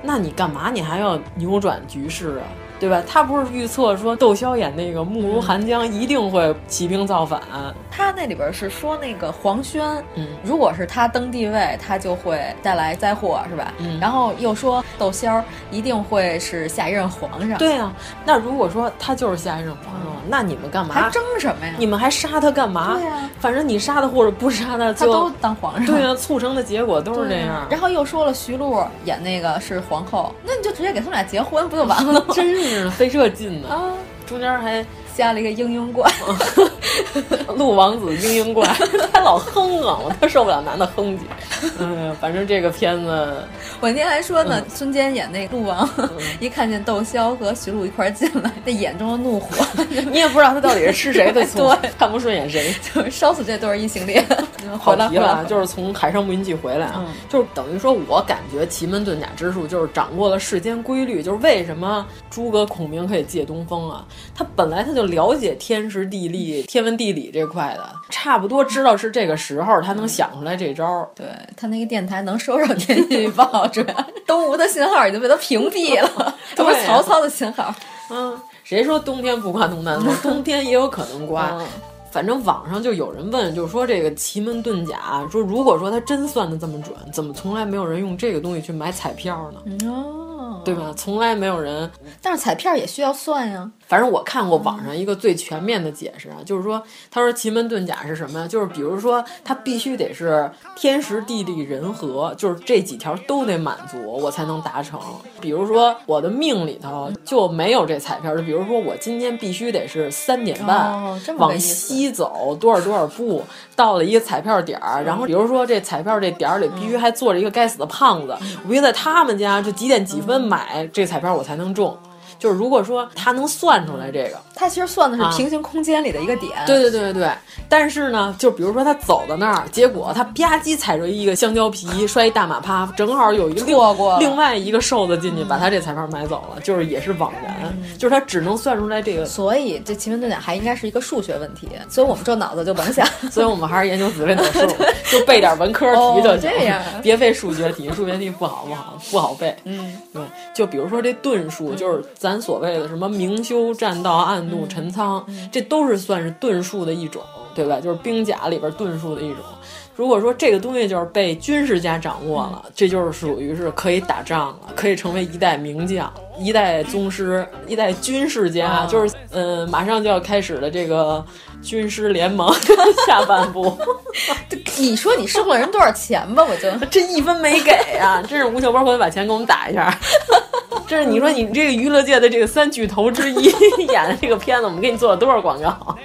D: 那你干嘛你还要扭转局势啊？对吧？他不是预测说窦骁演那个目如寒江一定会起兵造反，
I: 他那里边是说那个黄轩，
D: 嗯
I: 如果是他登帝位，他就会带来灾祸，是吧？
D: 嗯
I: 然后又说窦骁一定会是下一任皇上，
D: 对啊，那如果说他就是下一任皇上，那你们干嘛
I: 还争什么呀？
D: 啊你们还杀他干嘛？
I: 对呀
D: 反正你杀他或者不杀啊他，
I: 他
D: 就
I: 都当皇上
D: 对啊，促成的结果都是这
I: 对啊
D: 样。？
I: 然后又说了，徐璐演那个是皇后，那你就直接给他们俩结婚不就完了吗
D: 真是的，费这劲呢、
I: 啊，
D: 中间还
I: 加了一个嘤嘤怪，
D: 陆王子嘤嘤怪， 他老哼啊，我特受不了男的哼 唧。嗯，反正这个片子，
I: 我那天还说
D: 嗯
I: 呢，孙坚演那陆王， 一看见窦骁和徐璐一块儿进来， 那眼中的怒火，
D: 你也不知道他到底是吃 谁的醋
I: 对，
D: 看不顺眼谁。
I: 就是烧死这对异性恋。
D: 跑
I: 回来
D: 题了啊，
I: 回来
D: 就是从《海上牧云记》回来啊，
I: 嗯
D: 就是等于说，我感觉奇门遁甲之术就是掌握了世间规律，就是为什么诸葛孔明可以借东风啊？他本来他就了解天时地利、天文地理这块的，差不多知道是这个时候，他能想出来这招儿。
I: 对他那个电台能收上天气预报，主要 东吴的信号已经被他屏蔽了，
D: 对啊
I: 都是曹操的信号。
D: 嗯，谁说冬天不刮东南风？冬天也有可能刮。
I: 嗯
D: 反正网上就有人问，就是说这个奇门遁甲，啊说如果说他真算的这么准，怎么从来没有人用这个东西去买彩票呢？
I: 哦，
D: 对吧？从来没有人
I: 但是彩票也需要算呀。
D: 反正我看过网上一个最全面的解释啊，就是说，他说奇门遁甲是什么呀？就是比如说，它必须得是天时地利人和，就是这几条都得满足，我才能达成。比如说我的命里头就没有这彩票，就比如说我今天必须得是三点半、
I: 哦这么个
D: 往
I: 意思
D: 西走多少多少步，到了一个彩票点儿，然
I: 嗯
D: 后比如说这彩票这点儿里必须还坐着一个该死的胖子，
I: 嗯
D: 我必须在他们家就几点几分买这彩票我才能中。就是如果说他能算出来这个，
I: 他其实算的
D: 啊
I: 是平行空间里的一个点。
D: 对对对对对，但是呢，就比如说他走到那儿，结果他吧唧踩着一个香蕉皮，摔一大马趴，正好有一个另
I: 错过了
D: 另外一个瘦子进去，把他这彩票买走了，就是也是枉然，
I: 嗯
D: 就是他只能算出来这个。
I: 所以这奇门遁甲还应该是一个数学问题，所以我们这脑子 就甭想。
D: 所以我们还是研究紫微斗数，就背点文科题就
I: 哦
D: 行，
I: 这样
D: 别背数学题，数学题不好不好不好背。
I: 嗯，
D: 对，就比如说这遁术，就是咱所谓的什么明修栈道，暗度陈仓，这都是算是遁术的一种，对吧？就是兵甲里边遁术的一种。如果说这个东西就是被军事家掌握了，这就是属于是可以打仗了，可以成为一代名将、一代宗师、一代军事家，
I: 啊
D: 就是嗯、呃马上就要开始的这个军师联盟 下半部。
I: 你说你收了人多少钱吧？我就
D: 这一分没给啊！真是吴秀波，回头把钱给我们打一下。这是你说你这个娱乐界的这个三巨头之一 演的这个片子，我们给你做了多少广告？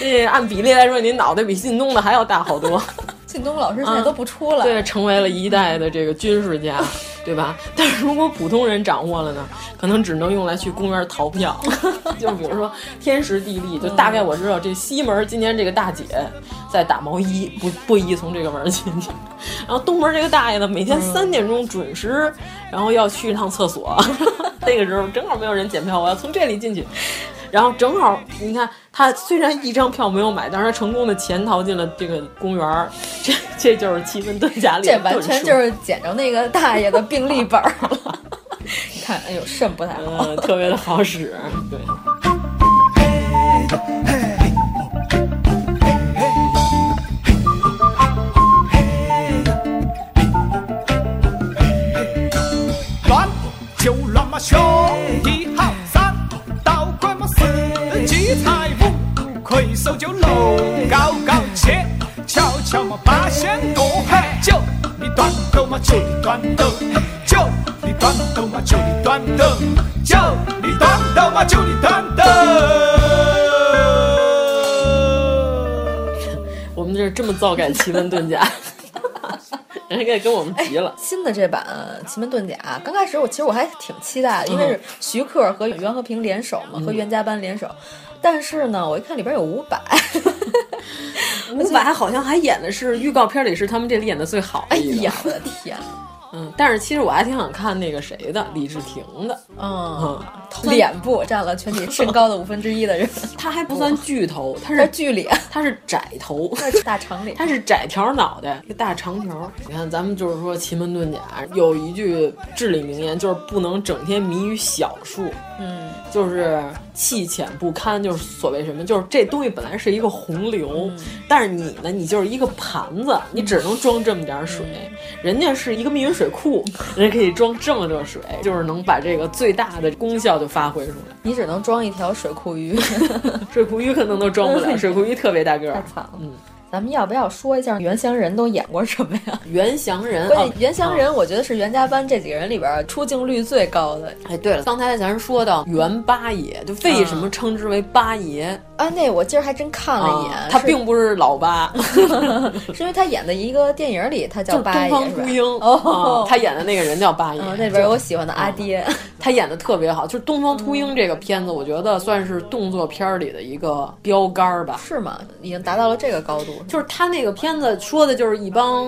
D: 这按比例来说，你脑袋比靳东的还要大好多。
I: 靳东老师现在都不出了。
D: 嗯对，成为了一代的这个军事家，对吧？但是如果普通人掌握了呢，可能只能用来去公园逃票。 就比如说天时地利，就大概我知道这西门今天这个大姐在打毛衣，不不宜从这个门进去。然后东门这个大爷呢，每天三点钟准时，然后要去一趟厕所。 那个时候正好没有人检票，我要从这里进去。然后正好，你看他虽然一张票没有买，但是他成功的潜逃进了这个公园儿，这 这就是奇门遁甲里
I: 这
D: 的
I: 完全
D: 遁术
I: 就是捡着那个大爷的病历本儿了。 你看，哎呦，肾不太好。
D: 呃特别的好使，对。
L: 乱就乱嘛，兄弟好，三刀拐嘛，四季财五魁首就楼高高切，瞧瞧嘛，八仙过海，九里端斗嘛，九里端斗，九里端斗嘛，九里端斗，九里端斗嘛，九里端斗。
D: 我们这这么造感奇门遁甲， 人家给跟我们急了。
I: 新的这版《奇门遁甲》，刚开始我其实我还挺期待的，因为是徐克和袁和平联手嘛，
D: 嗯
I: 和袁家班联手。但是呢，我一看里边有伍 佰，伍
D: 佰好像还演的是预告片里是他们这里演的最好的
I: 哎
D: 一个。
I: 呀，我的天！
D: 嗯，但是其实我还挺想看那个谁的，李治廷的，
I: 嗯
D: 嗯，
I: 脸部占了全体身高的五分之一 的人，
D: 他还不算巨头，他
I: 他
D: 是
I: 是巨脸，
D: 他是窄头，
I: 那是大长脸。
D: 他是窄条脑袋，一个大长条。你看，咱们就是说奇门遁甲有一句至理名言，就是不能整天迷于小数，
I: 嗯，
D: 就是弃浅不堪，就是所谓什么，就是这东西本来是一个洪流，
I: 嗯
D: 但是你呢，你就是一个盘子，你只能装这么点儿水，
I: 嗯
D: 人家是一个密云水 库，人家可以装这么多水，就是能把这个最大的功效就发挥出来。
I: 你只能装一条水 库鱼，
D: 水库鱼可能都装不 了，水库鱼特别大个
I: 太
D: 儿。
I: 惨了。
D: 嗯，
I: 咱们要不要说一下原乡人都演过什么 呀？
D: 袁祥人，
I: 关
D: 啊
I: 键原乡人，我觉得是袁家班这几个人里边出镜率最高的。
D: 哎，对了，刚才咱说到袁八爷，就为什么称之为八爷？
I: 啊，那我今儿还真看嗯了一眼，
D: 啊他
I: 是
D: 并不是老八，
I: 是因为他演的一个电影里，他
D: 就
I: 叫
D: 是
I: 八
D: 东
I: 爷
D: 方
I: 是吧
D: 孤鹰。
I: 哦
D: 啊，他演的那个人叫八爷，
I: 嗯，那里边有我喜欢的阿
D: 就
I: 爹，
D: 他演的特别好，就是《东方秃鹰》
I: 嗯
D: 这个片子，我觉得算是动作片儿里的一个标杆儿吧。
I: 是吗？已经达到了这个高度，
D: 就是他那个片子说的就是一帮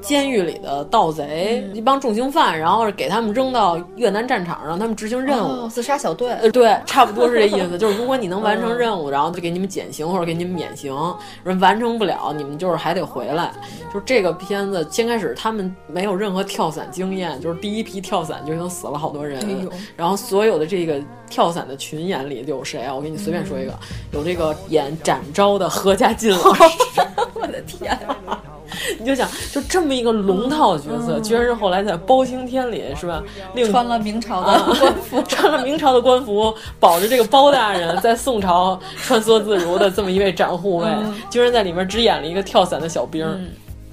D: 监狱里的盗贼，
I: 嗯
D: 一帮重刑犯，然后给他们扔到越南战场，让他们执行任务。
I: 哦自杀小队，
D: 呃，对，差不多是这意思。就是如果你能完成任务，然后就给你们减刑或者给你们免刑；人完成不了，你们就是还得回来。就是这个片子，先开始他们没有任何跳伞经验，就是第一批跳伞就已经死了好多人。
I: 哎呦
D: 然后所有的这个跳伞的群演里有谁啊？我给你随便说一个，
I: 嗯
D: 有这个演展昭的何家劲老师。
I: 我的天啊，嗯
D: 你就想，就这么一个龙套角色，居然是后来在包青天里是吧？另
I: 穿了明朝
D: 啊
I: 的官服，
D: 穿了明朝的官服，保着这个包大人在宋朝穿梭自如的这么一位展护卫，居然在里面只演了一个跳伞的小兵儿。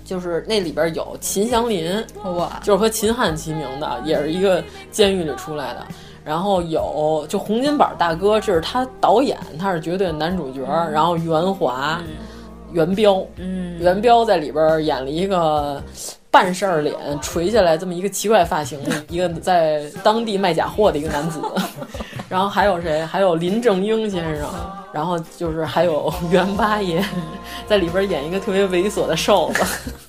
D: 就是那里边有秦祥林，
I: 哇，
D: 就是和秦汉齐名的，也是一个监狱里出来的。然后有就洪金宝大哥，这是他导演，他是绝对男主角。然后袁华、袁彪，
I: 嗯
D: 袁彪在里边演了一个半扇儿脸垂下来这么一个奇怪发型的一个在当地卖假货的一个男子。然后还有谁？还有林正英先生，然后就是还有袁八爷，在里边演一个特别猥琐的瘦子。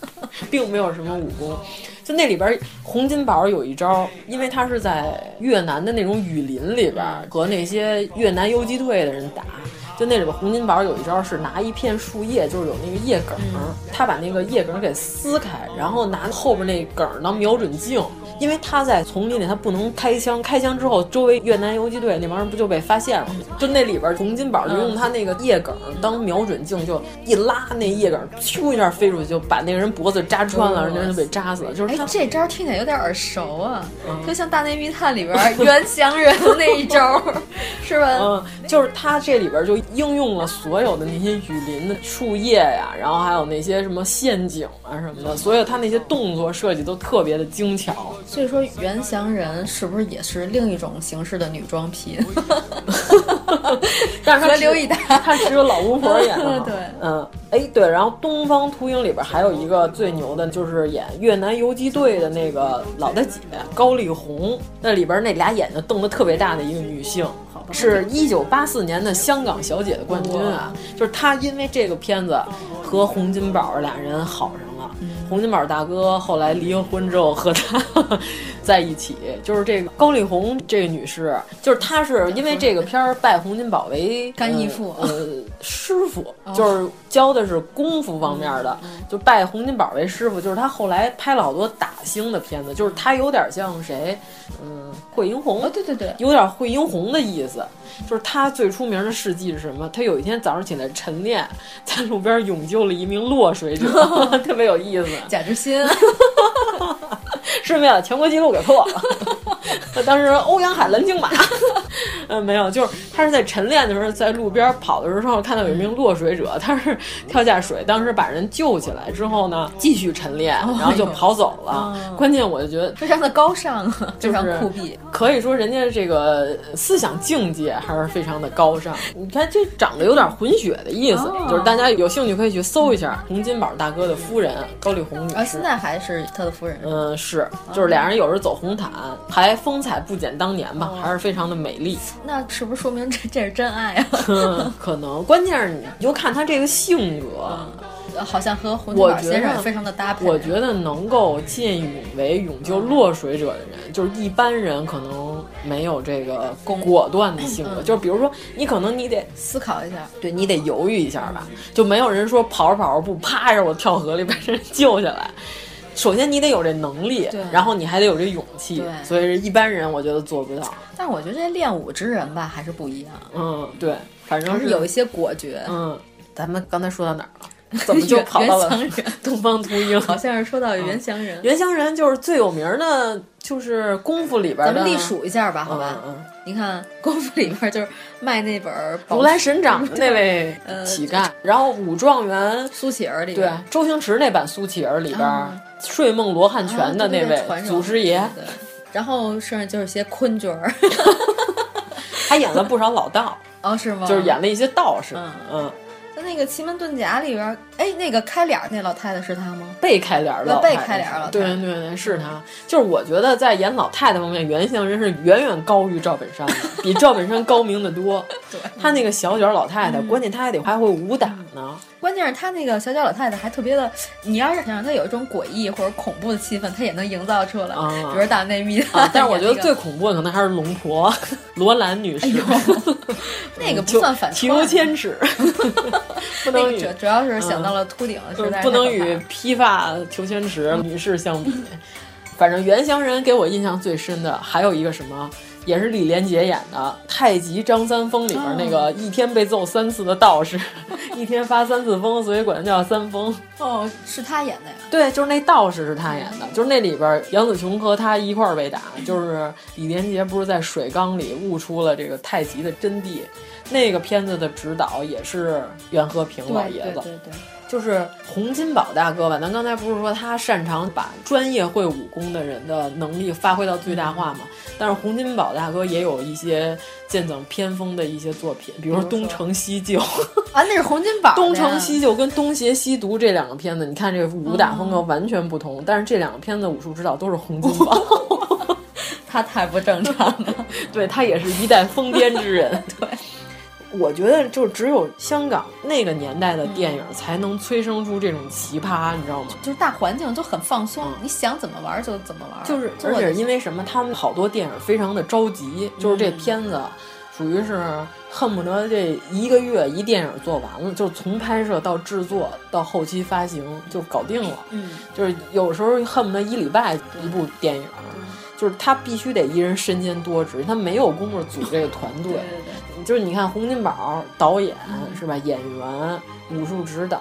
D: 并没有什么武功。就那里边儿，洪金宝有一招，因为他是在越南的那种雨林里边儿和那些越南游击队的人打。就那里边儿，洪金宝有一招是拿一片树叶，就是有那个叶梗儿，他把那个叶梗儿给撕开，然后拿后边那梗儿当瞄准镜。因为他在丛林里，他不能开枪，开枪之后，周围越南游击队那帮人不就被发现了吗？就那里边儿，洪金宝就用他那个叶梗儿当瞄准镜，就一拉那叶梗儿，咻一下飞出去，就把那个人脖子扎穿了，人家就被扎死了。就是
I: 哎
D: 他，，
I: 这招听起来有点耳熟啊，就像《大内密探》里边袁祥人的那一招， 是吧？
D: 嗯，就是他这里边就应用了所有的那些雨林的树叶呀，然后还有那些什么陷阱啊什么的，所有他那些动作设计都特别的精巧。
I: 所以说，袁祥人是不是也是另一种形式的女装癖？
D: 但是
I: 和
D: 他
I: 刘以达
D: 他只有老巫婆演的嘛。
I: 对
D: 嗯，哎，对，然后《东方秃鹰》里边还有一个最牛的，就是演越南游击队的那个老大姐高丽红，那里边那俩眼睛瞪得特别大的一个女性。是一九八四年的香港小姐的冠军啊！就是她因为这个片子和洪金宝俩人好上了。
I: 嗯
D: 洪金宝大哥后来离了婚之后和她 在一起，就是这个高丽红这个女士，就是她是因为这个片儿拜洪金宝为
I: 干义父
D: 呃呃师傅，就是教的是功夫方面的，就拜洪金宝为师傅。就是他后来拍了好多打星的片子，就是他有点像谁，嗯，惠英红，
I: 哦，对对 对，
D: 有点惠英红的意思。就是他最出名的事迹是什么？他有一天早上起来晨练，在路边勇救了一名落水者，特别有意思，
I: 贾 志新。
D: 顺便把全国纪录给破了。 那当时欧阳海蓝鲸马， 嗯，没有，就是他是在晨练的时候，在路边跑的时候看到有一名落水者，他是跳下水，当时把人救起来之后
I: 哦
D: 呢，继续晨练，然后就跑走了。关键我就觉得。
I: 非常的高尚 啊，哎哦非
D: 就是
I: 常酷毙。
D: 可以说人家这个思想境界还是非常的高尚。你看这长得有点混血的意思，
I: 哦
D: 就是大家有兴趣可以去搜一下洪金宝大哥的夫人高丽红女士。
I: 啊，现在还是他的夫人，
D: 嗯，是，就是
I: 哦
D: 俩人有时候走红毯，还风采不减当年吧，还是非常的美丽。 嗯
I: 那是不是说明真这 这是真爱啊！
D: 可能关键是你就看他这个性格，
I: 好像和胡
D: 我
I: 同
D: 觉
I: 先生
D: 得
I: 非常的搭配。
D: 我觉得能够见义勇为、勇救落水者的人，就是一般人可能没有这个果断的性格。
I: 嗯
D: 就是比如说，你可能你得
I: 思考一下，
D: 对你得犹豫一下吧，就没有人说跑着跑着步，啪一下我跳河里 把人救下来。首先你得有这能力
I: 对，
D: 然后你还得有这勇气
I: 对，
D: 所以一般人我觉得做不到。
I: 但我觉得这练武之人吧，还是不一样，
D: 嗯，对，反正
I: 还是有一些果决。
D: 嗯，咱们刚才说到哪儿 了？怎么就跑到了
I: 原乡 人
D: 东方秃鹰？
I: 好像是说到原乡人，
D: 原乡人就是最有名儿的，就是功夫里边
I: 咱
D: 的
I: 们隶属一下吧，好吧？
D: 嗯
I: 你看功夫里边就是卖那本儿《
D: 如来神掌那 位
I: 呃
D: 乞丐，嗯嗯然后武状元
I: 苏乞儿》里
D: 对啊
I: 边，
D: 周星驰那版《苏乞儿》里边儿睡梦罗汉拳的那
I: 啊对对对
D: 位
I: 传说
D: 祖师爷，
I: 对然后剩下就是些昆角 儿，
D: 还演了不少老道，
I: 哦，是吗？
D: 就是演了一些道士，
I: 嗯
D: 嗯，
I: 在那个《奇门遁甲》里边儿，哎，那个开脸儿那老太太是她吗？
D: 被开脸儿老
I: 被
D: 太太
I: 开脸儿老
D: 对
I: 太太
D: 对对，是他。就是我觉得在演老太太方面，袁湘仁是远远高于赵本山的，比赵本山高明的多。
I: 对，嗯
D: 他那个小脚老太太，关键他还得还会武打呢。
I: 关键是她那个小脚老太太还特别的，你要是想让她有一种诡异或者恐怖的气氛，她也能营造出来，
D: 啊
I: 比如大内密探、
D: 啊，但是我觉得最
I: 演
D: 恐怖的可能还是龙 婆罗兰女士，
I: 哎那个那个不算反
D: 体
I: 串
D: 如千 尺，不
I: 那
D: 能
I: 个
D: 与嗯
I: 主主要是想到了秃顶，实在是
D: 不能
I: 太可怕
D: 与
I: 了
D: 披发裘千尺女士相比。反正原乡人给我印象最深的还有一个什么，也是李连杰演的《太极张三丰》里边那个一天被揍三次的道士， 一天发三次疯，所以管他叫三丰。
I: 哦，是她演的呀。
D: 对，就是那道士是他演的，就是那里边杨紫琼和他一块儿被打，就是李连杰不是在水缸里悟出了这个太极的真谛。那个片子的指导也是袁和平老
I: 对
D: 爷
I: 对
D: 子，
I: 对对，
D: 就是洪金宝大哥吧，咱刚才不是说他擅长把专业会武功的人的能力发挥到最大化吗？但是洪金宝大哥也有一些剑走偏锋的一些作品，比如说《东成西就》。
I: 啊，那是洪金宝的呀。
D: 东成西就跟东邪西毒这两个片子，你看这个武打风格完全不同，但是这两个片子武术指导都是洪金宝，
I: 他太不正常了。
D: 对他也是一代疯癫之人。 对，我觉得就只有香港那个年代的电影才能催生出这种奇葩，你知道吗？
I: 就是大环境就很放松，你想怎么玩儿就怎么玩儿，
D: 嗯就是，
I: 做
D: 而且
I: 就
D: 因为什么，他们好多电影非常的着急，就是
I: 嗯
D: 这片子属于是恨不得这一个月一电影做完了，就是从拍摄到制作到后期发行就搞定了。
I: 嗯，
D: 就是有时候恨不得一礼拜一部电影，就是他必须得一人身兼多职，他没有功夫组这个团队。
I: 对对对。嗯
D: 就是你看洪金宝导演是吧，演员、武术指导、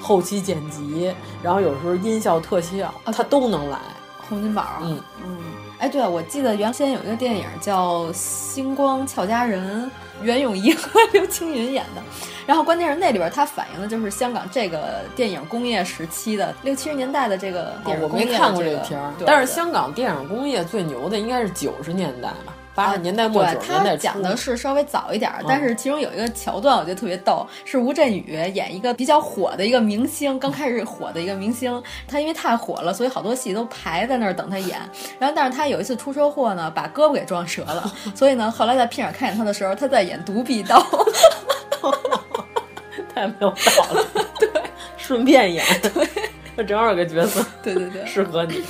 D: 后期剪辑，然后有时候音效、特效，
I: 啊
D: 他都能来。
I: 洪金宝，
D: 嗯
I: 嗯，哎，对，我记得原先有一个电影叫《星光俏佳人》，袁咏仪 和刘青云演的。然后关键是那里边它反映的就是香港这个电影工业时期的六七十年代的这个
D: 哦
I: 电影
D: 我
I: 工业
D: 没
I: 的、
D: 看过
I: 这
D: 这
I: 个
D: 片儿，
I: 对
D: 但是
I: 对
D: 香港电影工业最牛的应该是九十年代吧，八
I: 啊
D: 十年代末
I: 对
D: 九十年
I: 他
D: 代
I: 讲
D: 初
I: 的是稍微早一点儿，但是其中有一个桥段我觉得特别逗，是吴镇宇演一个比较火的一个明星，刚开始火的一个明星，他因为太火了，所以好多戏都排在那儿等他演。然后，但是他有一次出车祸呢，把胳膊给撞折 了，所以呢，后来在片场看见他的时候，他在演独臂刀。
D: 太没有道理， 对，顺便 演，对，这正好有个角色
I: 对对对，
D: 适合 你。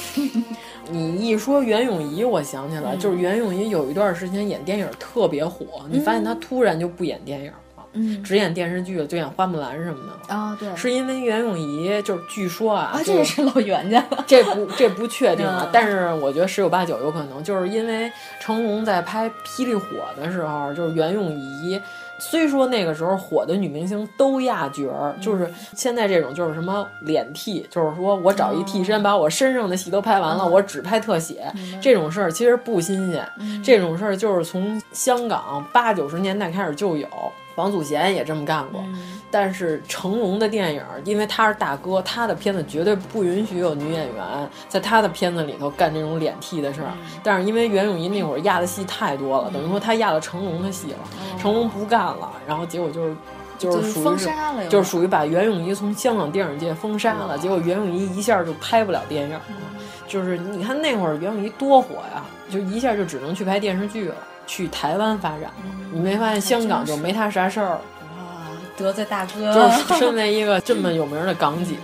D: 你一说袁咏仪，我想起来，
I: 嗯
D: 就是袁咏仪有一段时间演电影特别火，你发现她突然就不演电影了，
I: 嗯
D: 只演电视剧了，就演花木兰什么的。
I: 啊，对，
D: 是因为袁咏仪，就是据说啊，
I: 啊，
D: 就
I: 这也是老袁家 了。
D: 这不这不确定啊
I: 嗯，
D: 但是我觉得十有八九有可能，就是因为成龙在拍《霹雳火》的时候，就是袁咏仪。虽说那个时候火的女明星都压角儿，就是现在这种就是什么脸替，就是说我找一替身把我身上的戏都拍完了，我只拍特写，这种事儿其实不新鲜，这种事儿就是从香港八九十年代开始就有，王祖贤也这么干过。
I: 嗯
D: 但是成龙的电影，因为他是大哥，他的片子绝对不允许有女演员在他的片子里头干这种脸替的事儿。
I: 嗯
D: 但是因为袁咏仪那会儿压的戏太多了，等于说他压了成龙的戏了，成龙不干了，然后结果就是。就
I: 哦就是是
D: 属于
I: 封
D: 是
I: 杀了
D: 就
I: 有哦
D: 是
I: 点
D: 属于把袁咏仪从香港电影界封杀了，结果袁咏仪一下就拍不了电影了。就是你看那会儿袁咏仪多火呀，就一下就只能去拍电视剧了。去台湾发展了。你没发现香港就没他啥事儿了？
I: 啊得罪大哥，
D: 就是身为一个这么有名的港姐，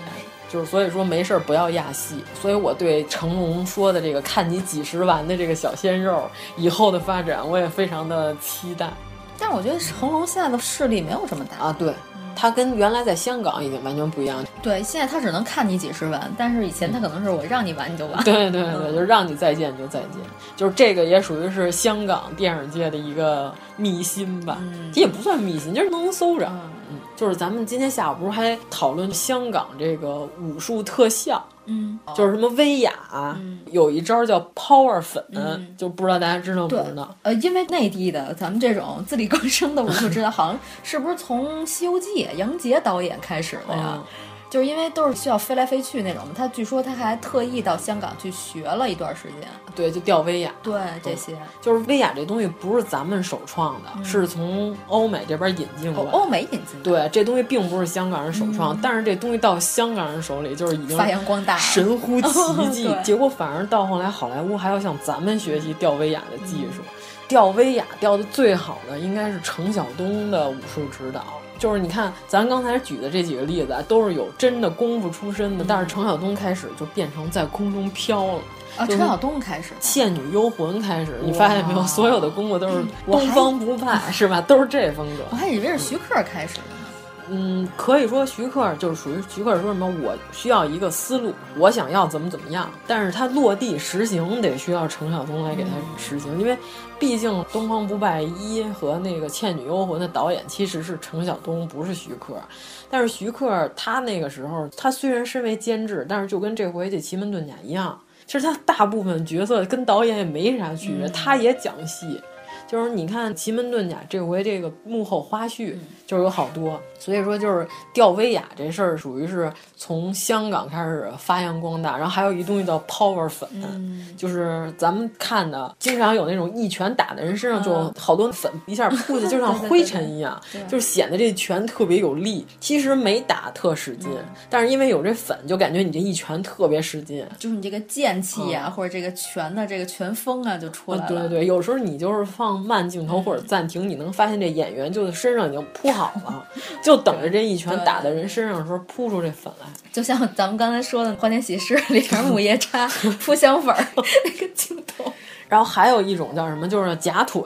D: 就是所以说没事儿不要亚细。所以我对成龙说的这个“看你几十完”的这个小鲜肉以后的发展，我也非常的期待。
I: 但我觉得成龙现在的势力没有这么大
D: 啊，对。他跟原来在香港已经完全不一样。
I: 对，现在他只能看你几十完，但是以前他可能是我让你完你就 完。
D: 对对对，就是让你再见就再见，就是这个也属于是香港电影界的一个秘辛吧，嗯、也不算秘辛，就是能搜着。嗯，就是咱们今天下午不是还讨论香港这个武术特效？
I: 嗯，
D: 就是什么威亚、啊，嗯、有一招叫抛二粉，嗯、就不知道大家知道不知道？
I: 呃，因为内地的咱们这种自力更生的武术指导， 好像是不是从《西游记》杨洁导演开始的呀？嗯、就是因为都是需要飞来飞去那种，他据说他还特意到香港去学了一段时间。
D: 对，就吊威亚。
I: 对，这些
D: 就是威亚这东西不是咱们首创的，是从欧美这边引进过、
I: 哦。欧美引进。
D: 对，这东西并不是香港人首创，但是这东西到香港人手里就是已经
I: 发扬光大，
D: 神乎其技。结果反而到后来，好莱坞还要向咱们学习吊威亚的技术。吊威亚吊的最好的应该是程晓东的武术指导。就是你看，咱刚才举的这几个例子啊，都是有真的功夫出身的，但是程晓东开始就变成在空中飘了。
I: 啊，陈晓东开始，
D: 《倩女幽魂》开始，你发现没有？所有的功夫都是东方不败，是吧？都是这风格。
I: 我还以为是徐克开始的呢。
D: 嗯，可以说徐克就是属于徐克说什么，我需要一个思路，我想要怎么怎么样，但是他落地实行得需要程晓东来给他实行，因为毕竟《东方不败一》和那个《倩女幽魂》的导演其实是程晓东，不是徐克。但是徐克他那个时候，他虽然身为监制，但是就跟这回这《奇门遁甲》一样。其实他大部分角色跟导演也没啥区别，嗯、他也讲戏，就是你看《奇门遁甲》这回这个幕后花絮、嗯、就是有好多，所以说就是吊威亚这事儿属于是从香港开始发扬光大，然后还有一东西叫 power 粉，嗯、就是咱们看的经常有那种一拳打在人身上
I: 嗯
D: 就好多粉一下扑 去，就像灰尘一样，
I: 对对对
D: 就是显得这拳特别有力。其实没打特使
I: 嗯
D: 劲，但是因为有这粉，就感觉你这一拳特别使劲。
I: 就是你这个剑气啊，嗯、或者这个拳的这个拳风啊，就出来了、啊。
D: 对对，有时候你就是放慢镜头或者暂停，你能发现这演员就身上已经铺好 了，就等着这一拳打在人身上的时候扑出这粉来。
I: 就像咱们刚才说的《花间喜事》里边母夜叉 扑香粉儿那个镜头。
D: 然后还有一种叫什么，就是假腿，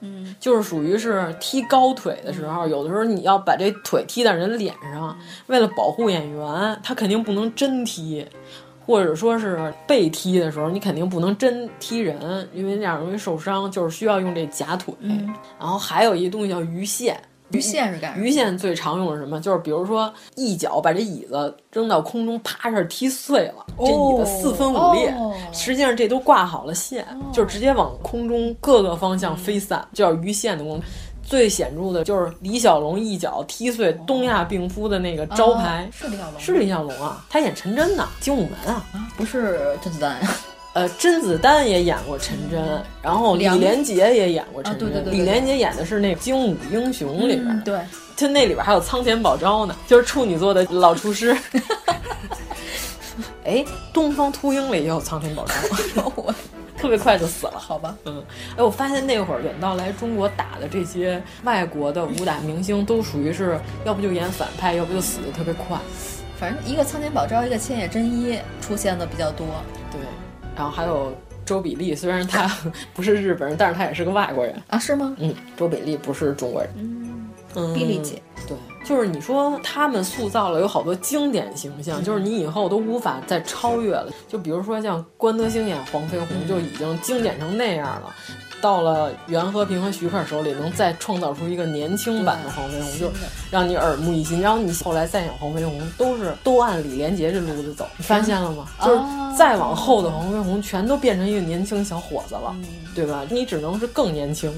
I: 嗯，
D: 就是属于是踢高腿的时候，有的时候你要把这腿踢在人脸上，为了保护演员，他肯定不能真踢，或者说是被踢的时候，你肯定不能真踢人，因为那样容易受伤，就是需要用这假腿。
I: 嗯、
D: 然后还有一东西叫鱼线。
I: 鱼线是干
D: 鱼线最常用是什么？就是比如说一脚把这椅子扔到空中，啪一下踢碎了，这椅子四分五裂。
I: 哦、
D: 实际上这都挂好了线，哦、就直接往空中各个方向飞散，嗯、叫鱼线的功。最显著的就是李小龙一脚踢碎东亚病夫的那个招牌，
I: 哦、是李小龙，
D: 是李小龙啊，他演陈真呢，精武门啊，
I: 啊不是甄子丹。
D: 呃，甄子丹也演过陈真，然后李连杰也演过陈真。
I: 啊、对对对
D: 李连杰演的是那《精武英雄》里边，
I: 嗯、对，
D: 他那里边还有苍田保昭呢，就是处女座的老厨师。 哎，《东方秃鹰》里也有苍田保 昭，
I: 我
D: 特别快就死了，
I: 好吧？
D: 嗯，哎，我发现那会儿远道来中国打的这些外国的武打明星，都属于是要不就演反派，要不就死的特别快。
I: 反正一个苍田保昭，一个千叶真一出现的比较多，
D: 对。然后还有周比利，虽然他 不是日本人，但是他也是个外国人
I: 啊，是吗？
D: 嗯，周比利不是中国人。
I: 嗯，比利姐，
D: 对，就是你说他们塑造了有好多经典形象，
I: 嗯、
D: 就是你以后都无法再超越了。就比如说像关德兴演黄飞鸿，就已经经典成那样了。到了袁和平和徐克手里，能再创造出一个年轻版的黄飞鸿，就让你耳目一新。然后你后来再演黄飞鸿，都是都按李连杰这路子走，你
I: 嗯
D: 发现了吗？
I: 啊
D: 就是再往后的黄飞鸿，全都变成一个年轻小伙子
I: 嗯
D: 了，对吧？你只能是更年轻。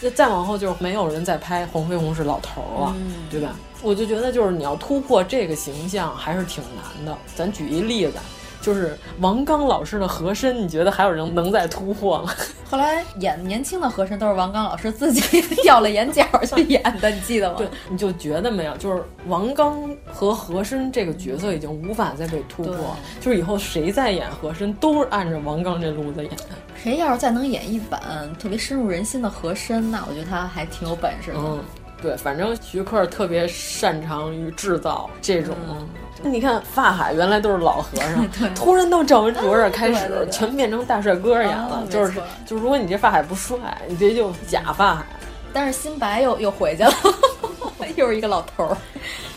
D: 那再往后就没有人再拍黄飞鸿是老头了，对吧？我就觉得就是你要突破这个形象还是挺难的。咱举一例子。就是王刚老师的和珅，你觉得还有人能再突破吗？
I: 后来演年轻的和珅都是王刚老师自己 掉了眼角去演的，你记得吗？
D: 对，你就觉得没有，就是王刚和和珅这个角色已经无法再被突破，就是以后谁再演和珅，都是按照王刚这路子演。
I: 谁要是再能演一版特别深入人心的和珅，那我觉得他还挺有本事的。
D: 嗯，对，反正徐克特别擅长于制造这种。你看法海原来都是老和尚，突然到赵文卓这儿开始，全变成大帅哥演了。就是就如果你这法海不帅，你这就假法海。
I: 但是新白又又回去了， 又是一个老头儿，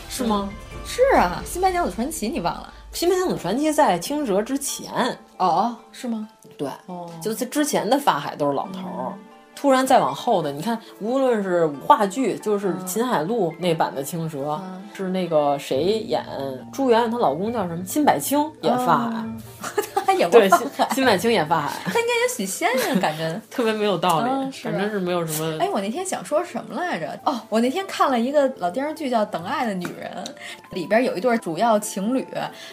D: 是吗？
I: 是啊，《新白娘子传奇》你忘了？
D: 《新白娘子传奇》在清哲之前
I: 哦，是吗？
D: 对，哦， 就在之前的法海都是老头儿，突然再往后的，你看，无论是话剧，就是
I: 嗯
D: 秦海璐那版的青蛇，是那个谁演朱媛媛，她老公叫什么？辛柏青演法海，
I: 他还演过
D: 对，
I: 嗯法
D: 辛
I: 海，
D: 辛柏青演法海，
I: 他应该演许仙呀，感觉
D: 特别没有道理
I: 啊，是
D: 反正是没有什么。
I: 哎，我那天想说什么来着？哦，我那天看了一个老电视剧叫《等爱的女人》，里边有一对主要情侣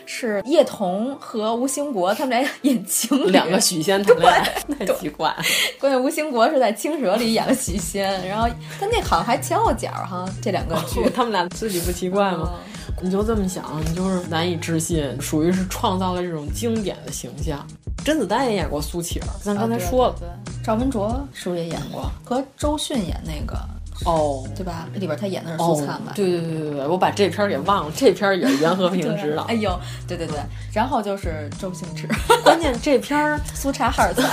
I: 是叶童和吴兴国，他们俩演情侣，
D: 两个许仙谈恋爱，太奇怪了。
I: 关键吴兴国是在《青蛇》里演了许仙，然后但那好像还前后脚哈，这两个剧、
D: 他们俩自己不奇怪吗？
I: 嗯
D: 你就这么想，你就是难以置信，属于是创造了这种经典的形象。甄子丹也演过苏乞儿，咱刚才说了，
I: 啊对赵文卓是不是也演过？和周迅演那个
D: 哦，
I: 对吧？里边他演的是苏
D: 哦
I: 灿吧？，。
D: 对对对对对，我把这片儿给忘了，这片儿也是袁和平执导
I: 哎呦，对对对，然后就是周星驰，
D: 关键这片儿
I: 苏察哈 尔顿，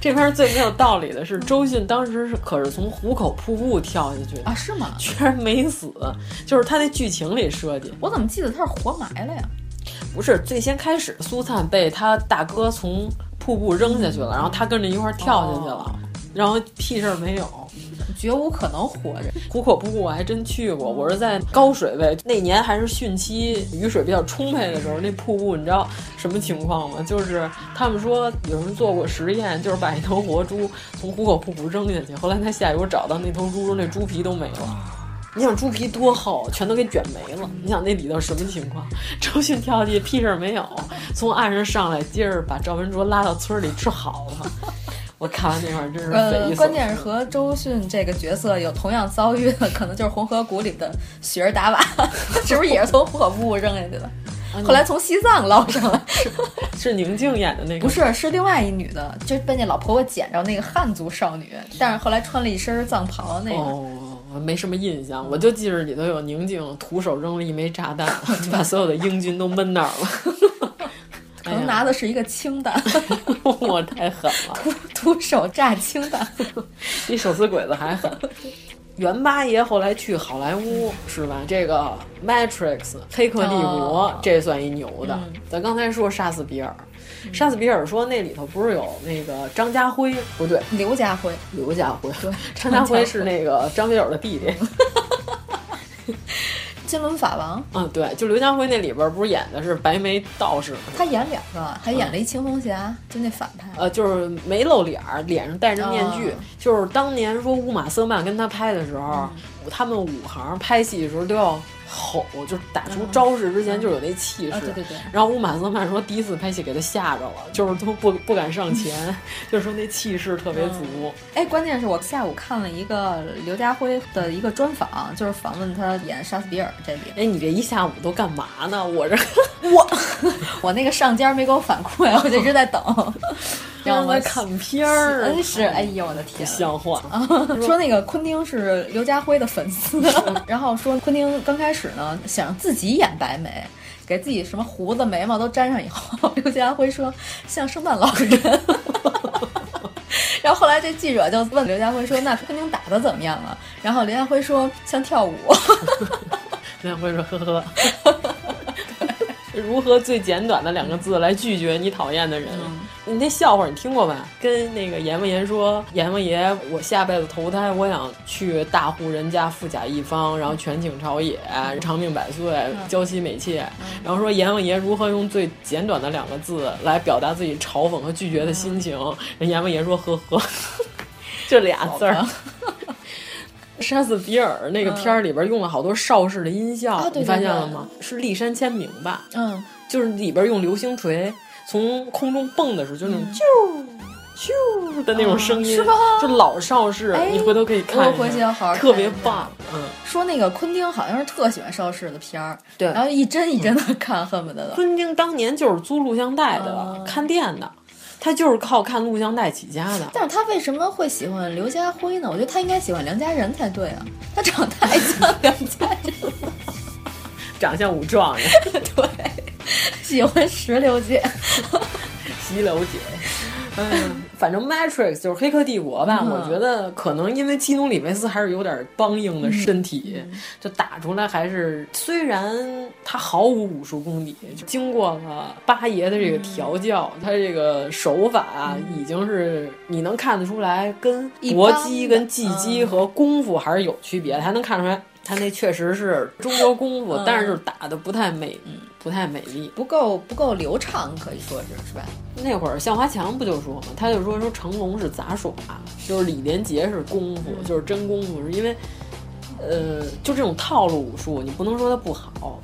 D: 这片儿最没有道理的是，周迅当时是可是从虎口瀑布跳下去的
I: 啊，是吗？
D: 居然没死，就是他那剧情里设计。
I: 我怎么记得他是活埋了呀？
D: 不是最先开始，苏灿被他大哥从瀑布扔下去了，然后他跟着一块儿跳下去了，然后屁事儿没有。
I: 绝无可能活着。
D: 虎口瀑布我还真去过，我是在高水位，那年还是汛期，雨水比较充沛的时候，那瀑布你知道什么情况吗？就是他们说有人做过实验，就是把一头活猪从虎口瀑布扔下去，后来他下游找到那头猪，那猪皮都没了。你想猪皮多厚，全都给卷没了。你想那里头什么情况？周迅跳下去，屁事儿没有，从岸上上来，接着把赵文卓拉到村儿里吃好了。 我看完那块儿真是匪夷所思。
I: 呃关键是和周迅这个角色有同样遭遇的， 可能就是《红河谷》里的雪儿达瓦， 是不是也是从火瀑布扔下去的？后来从西藏捞上来，
D: 嗯是宁静演的那个，
I: 不是，是另外一女的，就被那老婆婆捡着那个汉族少女，但是后来穿了一身藏袍那个。
D: 哦，我没什么印
I: 嗯
D: 象，我就记着里头有宁静徒手扔了一枚炸 弹，把所有的英军都闷那儿了。哎
I: 可能拿的是一个氢弹，
D: 我太狠了，
I: 徒手炸氢弹。
D: 比手撕鬼子还狠。袁八爷后来去好莱坞是吧？这个《Matrix》《黑客帝国》
I: 哦嗯
D: 这算一牛的。咱刚才说杀死比尔，杀死比尔说那里头不是有那个张家辉？不对，
I: 刘家辉，
D: 刘家辉，对，张
I: 张
D: 家
I: 家
D: 辉
I: 辉
D: 是那个张学友的弟弟。
I: 金轮法王，
D: 嗯，对，就刘家辉那里边不是演的是白眉道士吗？
I: 他演两个，还演了一青龙侠，就那反派。
D: 呃，就是没露脸儿，脸上戴着面具。
I: 哦嗯
D: 就是当年说乌玛瑟曼跟他拍的时候，他们五行拍戏的时候都要吼，就是打出招式之前就有那气势。
I: 嗯啊对对对
D: 然后乌玛瑟曼说第一次拍戏给他吓着了，就是都不不敢上 前，就是说那气势特别足。
I: 哎，关键是我下午看了一个刘家辉的一个专访，就是访问他演杀死比尔这里。
D: 哎，你这一下午都干嘛呢？我这
I: 我我那个上家没给我反馈，我就一直在等，让
D: 让
I: 我
D: 他看片儿，
I: 真是哎啊呦我的天！
D: 像话。
I: 说那个昆汀是刘家辉的粉丝，然后说昆汀刚开始呢想让自己演白眉，给自己什么胡子眉毛都粘上以后， 刘家辉说像圣诞老人。 然后后来这记者就问刘家辉说：“那昆汀打的怎么样了？”然后刘家辉说：“像跳舞。
D: 刘家辉说呵呵。如何最简短的两个字来拒绝你讨厌的人？
I: 嗯
D: 你那笑话你听过吧？跟那个阎王爷说，阎王爷，我下辈子投胎，我想去大户人家富甲一方，然后权倾朝野，
I: 嗯
D: 长命百岁，娇妻美妾。然后说阎王爷如何用最简短的两个字来表达自己嘲讽和拒绝的心情？
I: 嗯
D: 人阎王爷说呵 呵，就俩字儿
I: 好。 嗯
D: 杀死比尔那个片儿里边用了好多邵氏的音效，
I: 啊对对
D: 你发现了吗？是立山签名吧？”
I: 嗯，
D: 就是里边用流星锤从空中蹦的时候，就那种啾啾的那种声音，
I: 嗯啊是吧
D: 就老邵氏，
I: 哎
D: 你回头可以看一下，
I: 我回去要好好看一下
D: 特别棒。嗯，
I: 说那个昆汀好像是特喜欢邵氏的片儿，
D: 对
I: 然后一帧一帧的看，恨不得的。啊
D: 昆汀当年就是租录像带的，看店的。他就是靠看录像带起家的。
I: 但是他为什么会喜欢刘家辉呢？我觉得他应该喜欢梁家仁才对啊，他长太像梁家仁了，
D: 长相武状元，
I: 对，喜欢石榴姐，
D: 石榴姐。嗯，反正《Matrix》就是《黑客帝国》吧，
I: 嗯
D: 我觉得可能因为基努里维斯还是有点梆硬
I: 嗯
D: 的身体，就打出来还是虽然他毫无武术功底，就经过了八爷的这
I: 嗯
D: 个调教，他这个手法啊已经是你能看得出来，跟
I: 一
D: 搏
I: 般
D: 击、
I: 的嗯
D: 跟技击和功夫还是有区别的，还能看出来他那确实是中国功夫，
I: 嗯
D: 但是就是打的不太美，不太美丽。
I: 不够不够流畅，可以说是是吧？
D: 那会儿向华强不就说嘛，他就说说成龙是杂耍，啊就是李连杰是功夫，就是真功夫，是因为，呃，就这种套路武术，你不能说它不好，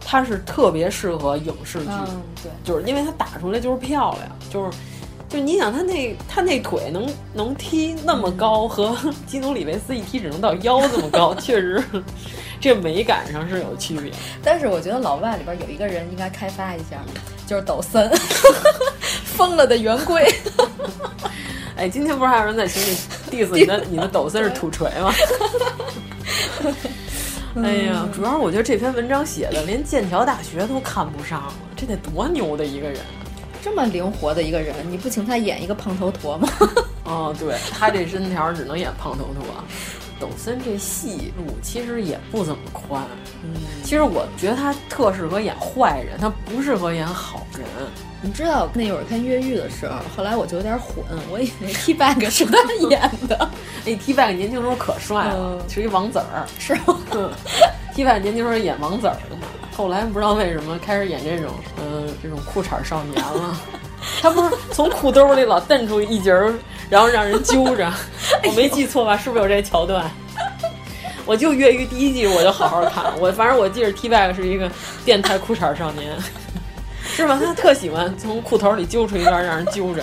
D: 它是特别适合影视剧，
I: 嗯，对。
D: 就是因为它打出来就是漂亮，就是。就你想他那他那腿能能踢那么高，和基努里维斯一踢只能到腰这么高，确实，这美感上是有区别。
I: 但是我觉得老外里边有一个人应该开发一下，就是抖森， 疯了的圆规。
D: 哎，今天不是还有人在群里 diss 你的你的抖森是土锤吗？哎呀，主要是我觉得这篇文章写的连剑桥大学都看不上了，这得多牛的一个人！
I: 这么灵活的一个人，你不请他演一个胖头陀吗？
D: 哦，对他这身条只能演胖头陀。抖森这戏路其实也不怎么宽，其实我觉得他特适合演坏人，他不适合演好人。
I: 你知道那会儿看《越狱》的时候，后来我就有点混，我以为 T Bag 是他演的。
D: 哎，T Bag 年轻时候可帅了，是一王子儿，
I: 是
D: 吗？T Bag 年轻时候演王子儿的嘛，后来不知道为什么开始演这种，嗯、这种裤衩少年了。他不是从裤兜里老蹬出一截儿，然后让人揪着，我没记错吧？是不是有这桥段？我就《越狱》第一季，我就好好看。我反正我记着 T Bag 是一个变态裤衩少年，是吧？他特喜欢从裤头里揪出一段让人揪着，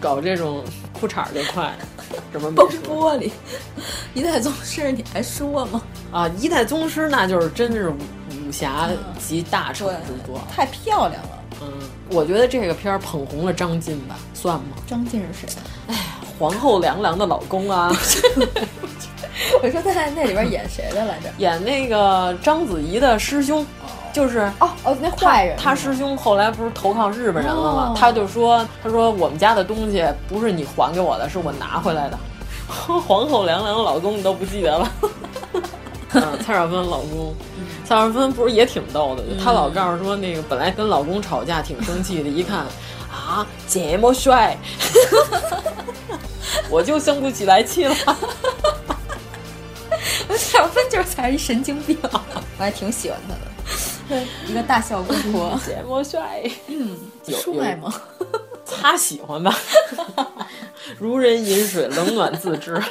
D: 搞这种裤衩这块，什么
I: 崩
D: 美术
I: 玻璃，一代宗师，你还说吗？
D: 啊？一代宗师那就是真是武侠集大成之作。
I: 太漂亮了。
D: 嗯，我觉得这个片儿捧红了张晋吧，算吗？
I: 张晋是谁？
D: 皇后娘娘的老公啊，
I: 我说他在那里边演谁的来着？
D: 演那个章子怡的师兄，就是
I: 哦哦，那坏人
D: 他师兄后来不是投靠日本人了吗？
I: 哦
D: 他就说，他说我们家的东西不是你还给我的，是我拿回 来的。皇后娘娘的老公你都不记得了，嗯，蔡少芬老公，蔡少芬不是也挺逗的？她老告诉说那个本来跟老公吵架挺生气的，一看啊这么帅， 我就生不起来气了。
I: 小芬就是才是一神经病，我还挺喜欢他的，对，一个大小公婆，
D: 这么帅，
I: 嗯，
D: 有
I: 帅吗？
D: 他喜欢吧， 如人饮水，冷暖自知。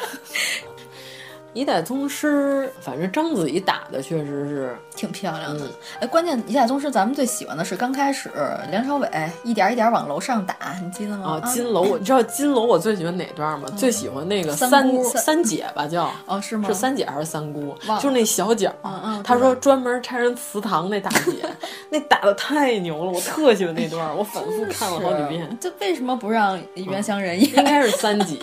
D: 一代宗师，反正章子怡打的确实是
I: 挺漂亮的。哎，关键一代宗师，咱们最喜欢的是刚开始梁朝伟一点一点往楼上打，你记得
D: 啊
I: 吗？，
D: 金楼，我你知道金楼我最喜欢哪段吗？最喜欢那个
I: 嗯三
D: 三
I: 姑
D: 三姐吧，叫
I: 哦是吗
D: 是三姐还是三姑
I: 忘？了
D: 就是那小姐儿
I: 嗯嗯，
D: 她说专门拆人祠堂那大 姐，那打的太牛了，我特喜欢那段儿，我反复看了好几遍。嗯
I: 这为什么不让袁 湘仁
D: 应
I: 演？
D: 该是三姐，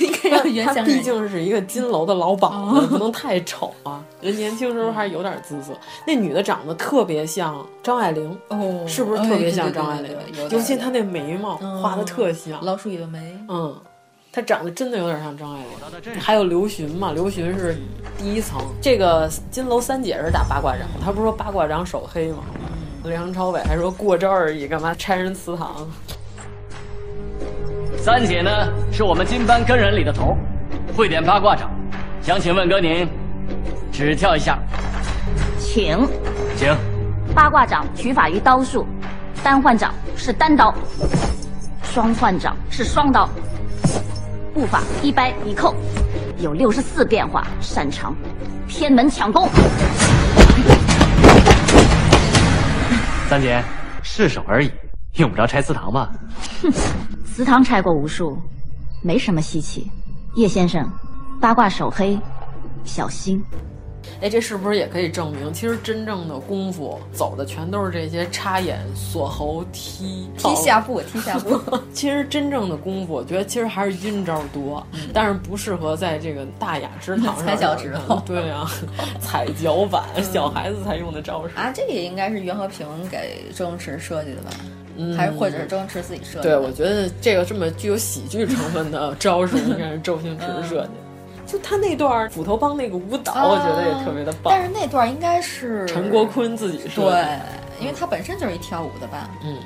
I: 应该让袁
D: 她
I: 湘
D: 毕
I: 仁。
D: 竟是一个金楼的老鸨
I: 嗯
D: 子，不能太丑啊。人年轻时候还是有点姿色。那女的长得特别像张爱玲，
I: 哦，
D: 是不是特别像张爱玲
I: 哎对对对对有？点嗯
D: 尤其她那眉毛画的特像，
I: 老鼠尾巴梅，
D: 嗯，她长得真的有点像张爱玲。还有刘询嘛，刘询是第一层。这个金楼三姐是打八卦掌，她不是说八卦掌手黑吗？
I: 嗯
D: 梁朝伟还说过招而已，干嘛拆人祠堂？
M: 三姐呢，是我们金班跟人里的头，会点八卦掌。想请问哥您，指教一下。
G: 请
M: 请。
G: 八卦掌取法于刀术，单换掌是单刀，双换掌是双刀。步法一掰一扣，有六十四变化，擅长偏门抢攻。
M: 三姐，试手而已，用不着拆祠堂吧？
G: 祠堂拆过无数，没什么稀奇。叶先生，八卦手黑，小心。
D: 哎，这是不是也可以证明，其实真正的功夫走的全都是这些插眼、锁喉、踢、
I: 踢下步、踢下步。
D: 其实真正的功夫，我觉得其实还是阴招多，但是不适合在这个大雅之堂上
I: 踩脚趾头。
D: 对啊，踩脚板，小孩子才用的招式
I: 啊。这个也应该是袁和平给周星驰设计的吧？还是或者是周星驰自己设计
D: 嗯对，
I: 的？
D: 我觉得这个这么具有喜剧成分的招式，应该是周星驰设计的。嗯啊就他那段斧头帮那个舞蹈，我觉得也特别的棒。
I: 啊但是那段应该是
D: 陈国坤自己
I: 对，因为他本身就是一跳舞的吧？
D: 嗯。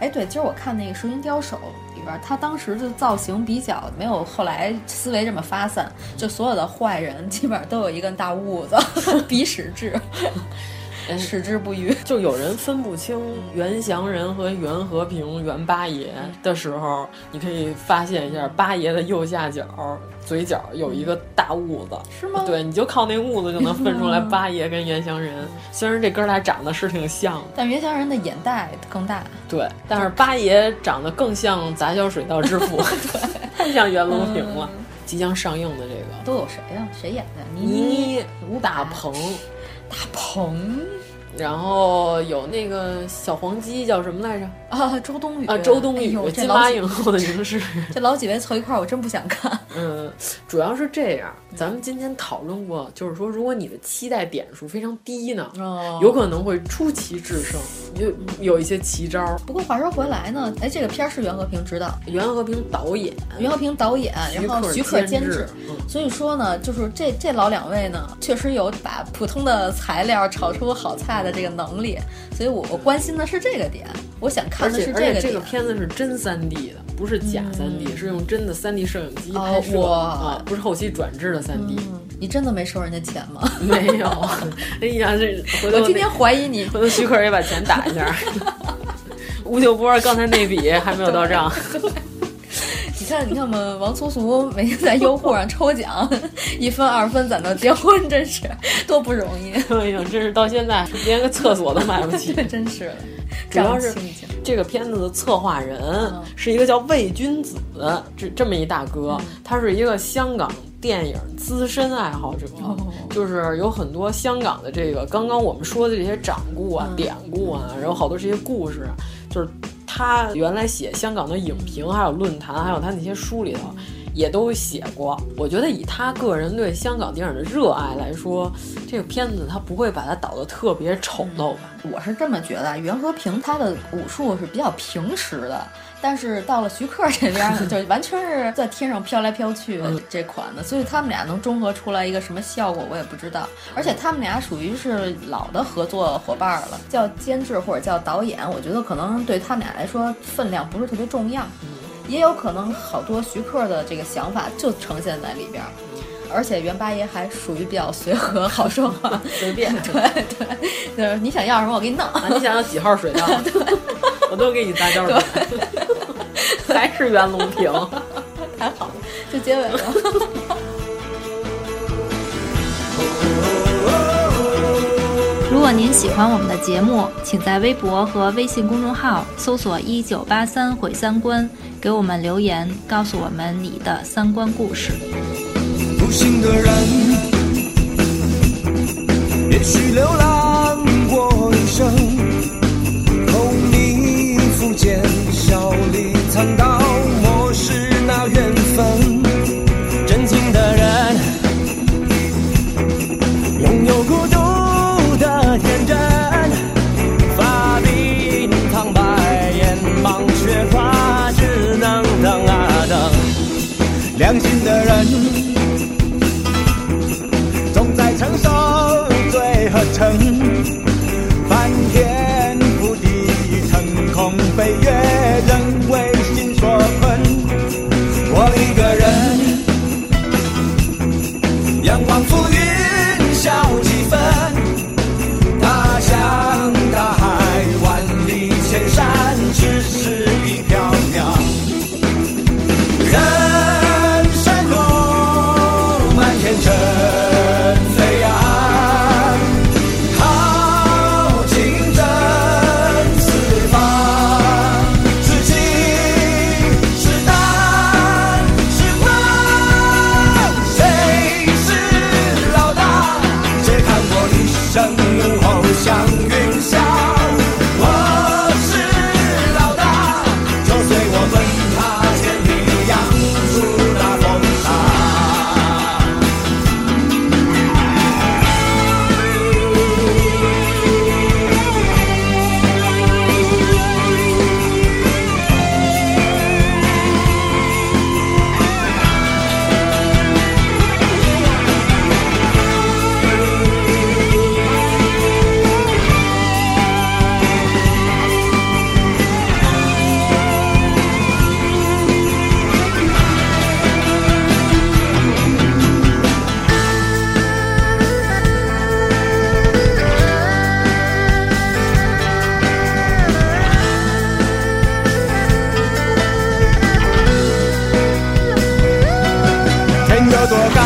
I: 哎，对，今儿我看那个《神云雕手》里边，他当时的造型比较没有后来思维这么发散，就所有的坏人基本上都有一根大痦子， 鼻 屎痣，矢志不渝。
D: 就有人分不清袁祥仁和袁和平、袁八爷的时候，你可以发现一下八爷的右下角嘴角有一个大痦子，
I: 是吗？嗯
D: 对，你就靠那痦子就能分出来八爷跟袁祥仁。虽然这哥俩长得是挺像的，
I: 但袁祥仁的眼袋更大。
D: 对，但是八爷长得更像杂交水稻之父，
I: 对，
D: 太像袁隆平了。
I: 嗯
D: 即将上映的这个
I: 都有谁呀？谁演的？
D: 倪妮、
I: 武
D: 大鹏、
I: 大鹏。
D: 然后有那个小黄鸡叫什么来着？
I: 啊，周冬雨哎
D: 啊，周冬雨，金马影后的凝 视。
I: 这老几位凑一块儿，我真不想看。
D: 嗯，主要是这样，咱们今天讨论过，就是说，如果你的期待点数非常低呢，
I: 哦、
D: 有可能会出奇制胜，就有一些奇招。
I: 不过话说回来呢，哎，这个片儿是袁和平执导，
D: 袁和平导演，
I: 袁和平导演，然后徐克监
D: 制。
I: 嗯、所以说呢，就是这这老两位呢，确实有把普通的材料炒出好菜。的这个能力，所以我我关心的是这个点，我想看的是这个点。
D: 这个片子是真三 D 的，不是假三 D，、
I: 嗯、
D: 是用真的三 D 摄影机拍摄、
I: 哦、
D: 啊，不是后期转制的三 D、
I: 嗯。你真的没收人家钱 吗？
D: 没有。哎呀， 这
I: 我今天怀疑你，
D: 回头徐克也把钱打一 下。吴秀波刚才那笔还没有到账。
I: 你看，你看嘛，王苏苏每天在优酷上抽奖，一分二分攒到结婚，真是多不容易。
D: 哎呀，真是到现在连个厕所都买不起，
I: 真是的。
D: 主要是这个片子的策划人是一个叫魏君子这这么一大哥，他是一个香港。电影资深爱好者，就是有很多香港的这个，刚刚我们说的这些掌故啊、典故啊，然后好多这些故事，啊就是他原来写香港的影评，还有论坛，还有他那些书里头也都写过。我觉得以他个人对香港电影的热爱来说，这个片子他不会把它导得特别丑陋吧？
I: 我是这么觉得，啊袁和平他的武术是比较平实的。但是到了徐克这 边呢，就完全是在天上飘来飘去
D: 嗯
I: 这款的，所以他们俩能中和出来一个什么效果，我也不知道。而且他们俩属于是老的合作伙伴了，叫监制或者叫导演，我觉得可能对他们俩来说分量不是特别重要，
D: 嗯
I: 也有可能好多徐克的这个想法就呈现在里边。
D: 嗯
I: 而且袁八爷还属于比较随和、好说话、
D: 随便，
I: 对对，就是你想要什么我给你弄，
D: 啊、你想要几号水道，我都给你搭招了。还是袁隆平，
I: 还好，就结尾了。
N: 如果您喜欢我们的节目，请在微博和微信公众号搜索“一九八三毁三观”，给我们留言，告诉我们你的三观故事。
H: 不幸的人，也许流浪过一生，红泥福建小李藏刀，莫失那缘分。真情的人，拥有孤独的天真，发鬓苍白，眼망缺乏，只能等啊等。良心的人。承受罪和惩，翻天覆地，腾空飞跃，仍为心所困。我一个人，仰望浮云，笑几分，他乡大海，万里千山，只是一飘渺。人生路。啊多高，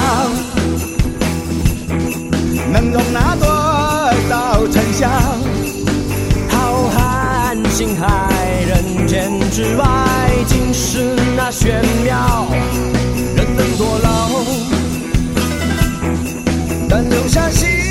H: 能容纳多少尘嚣？浩瀚星海，人间之外，尽是那玄妙。人灯多劳，但留下心。哦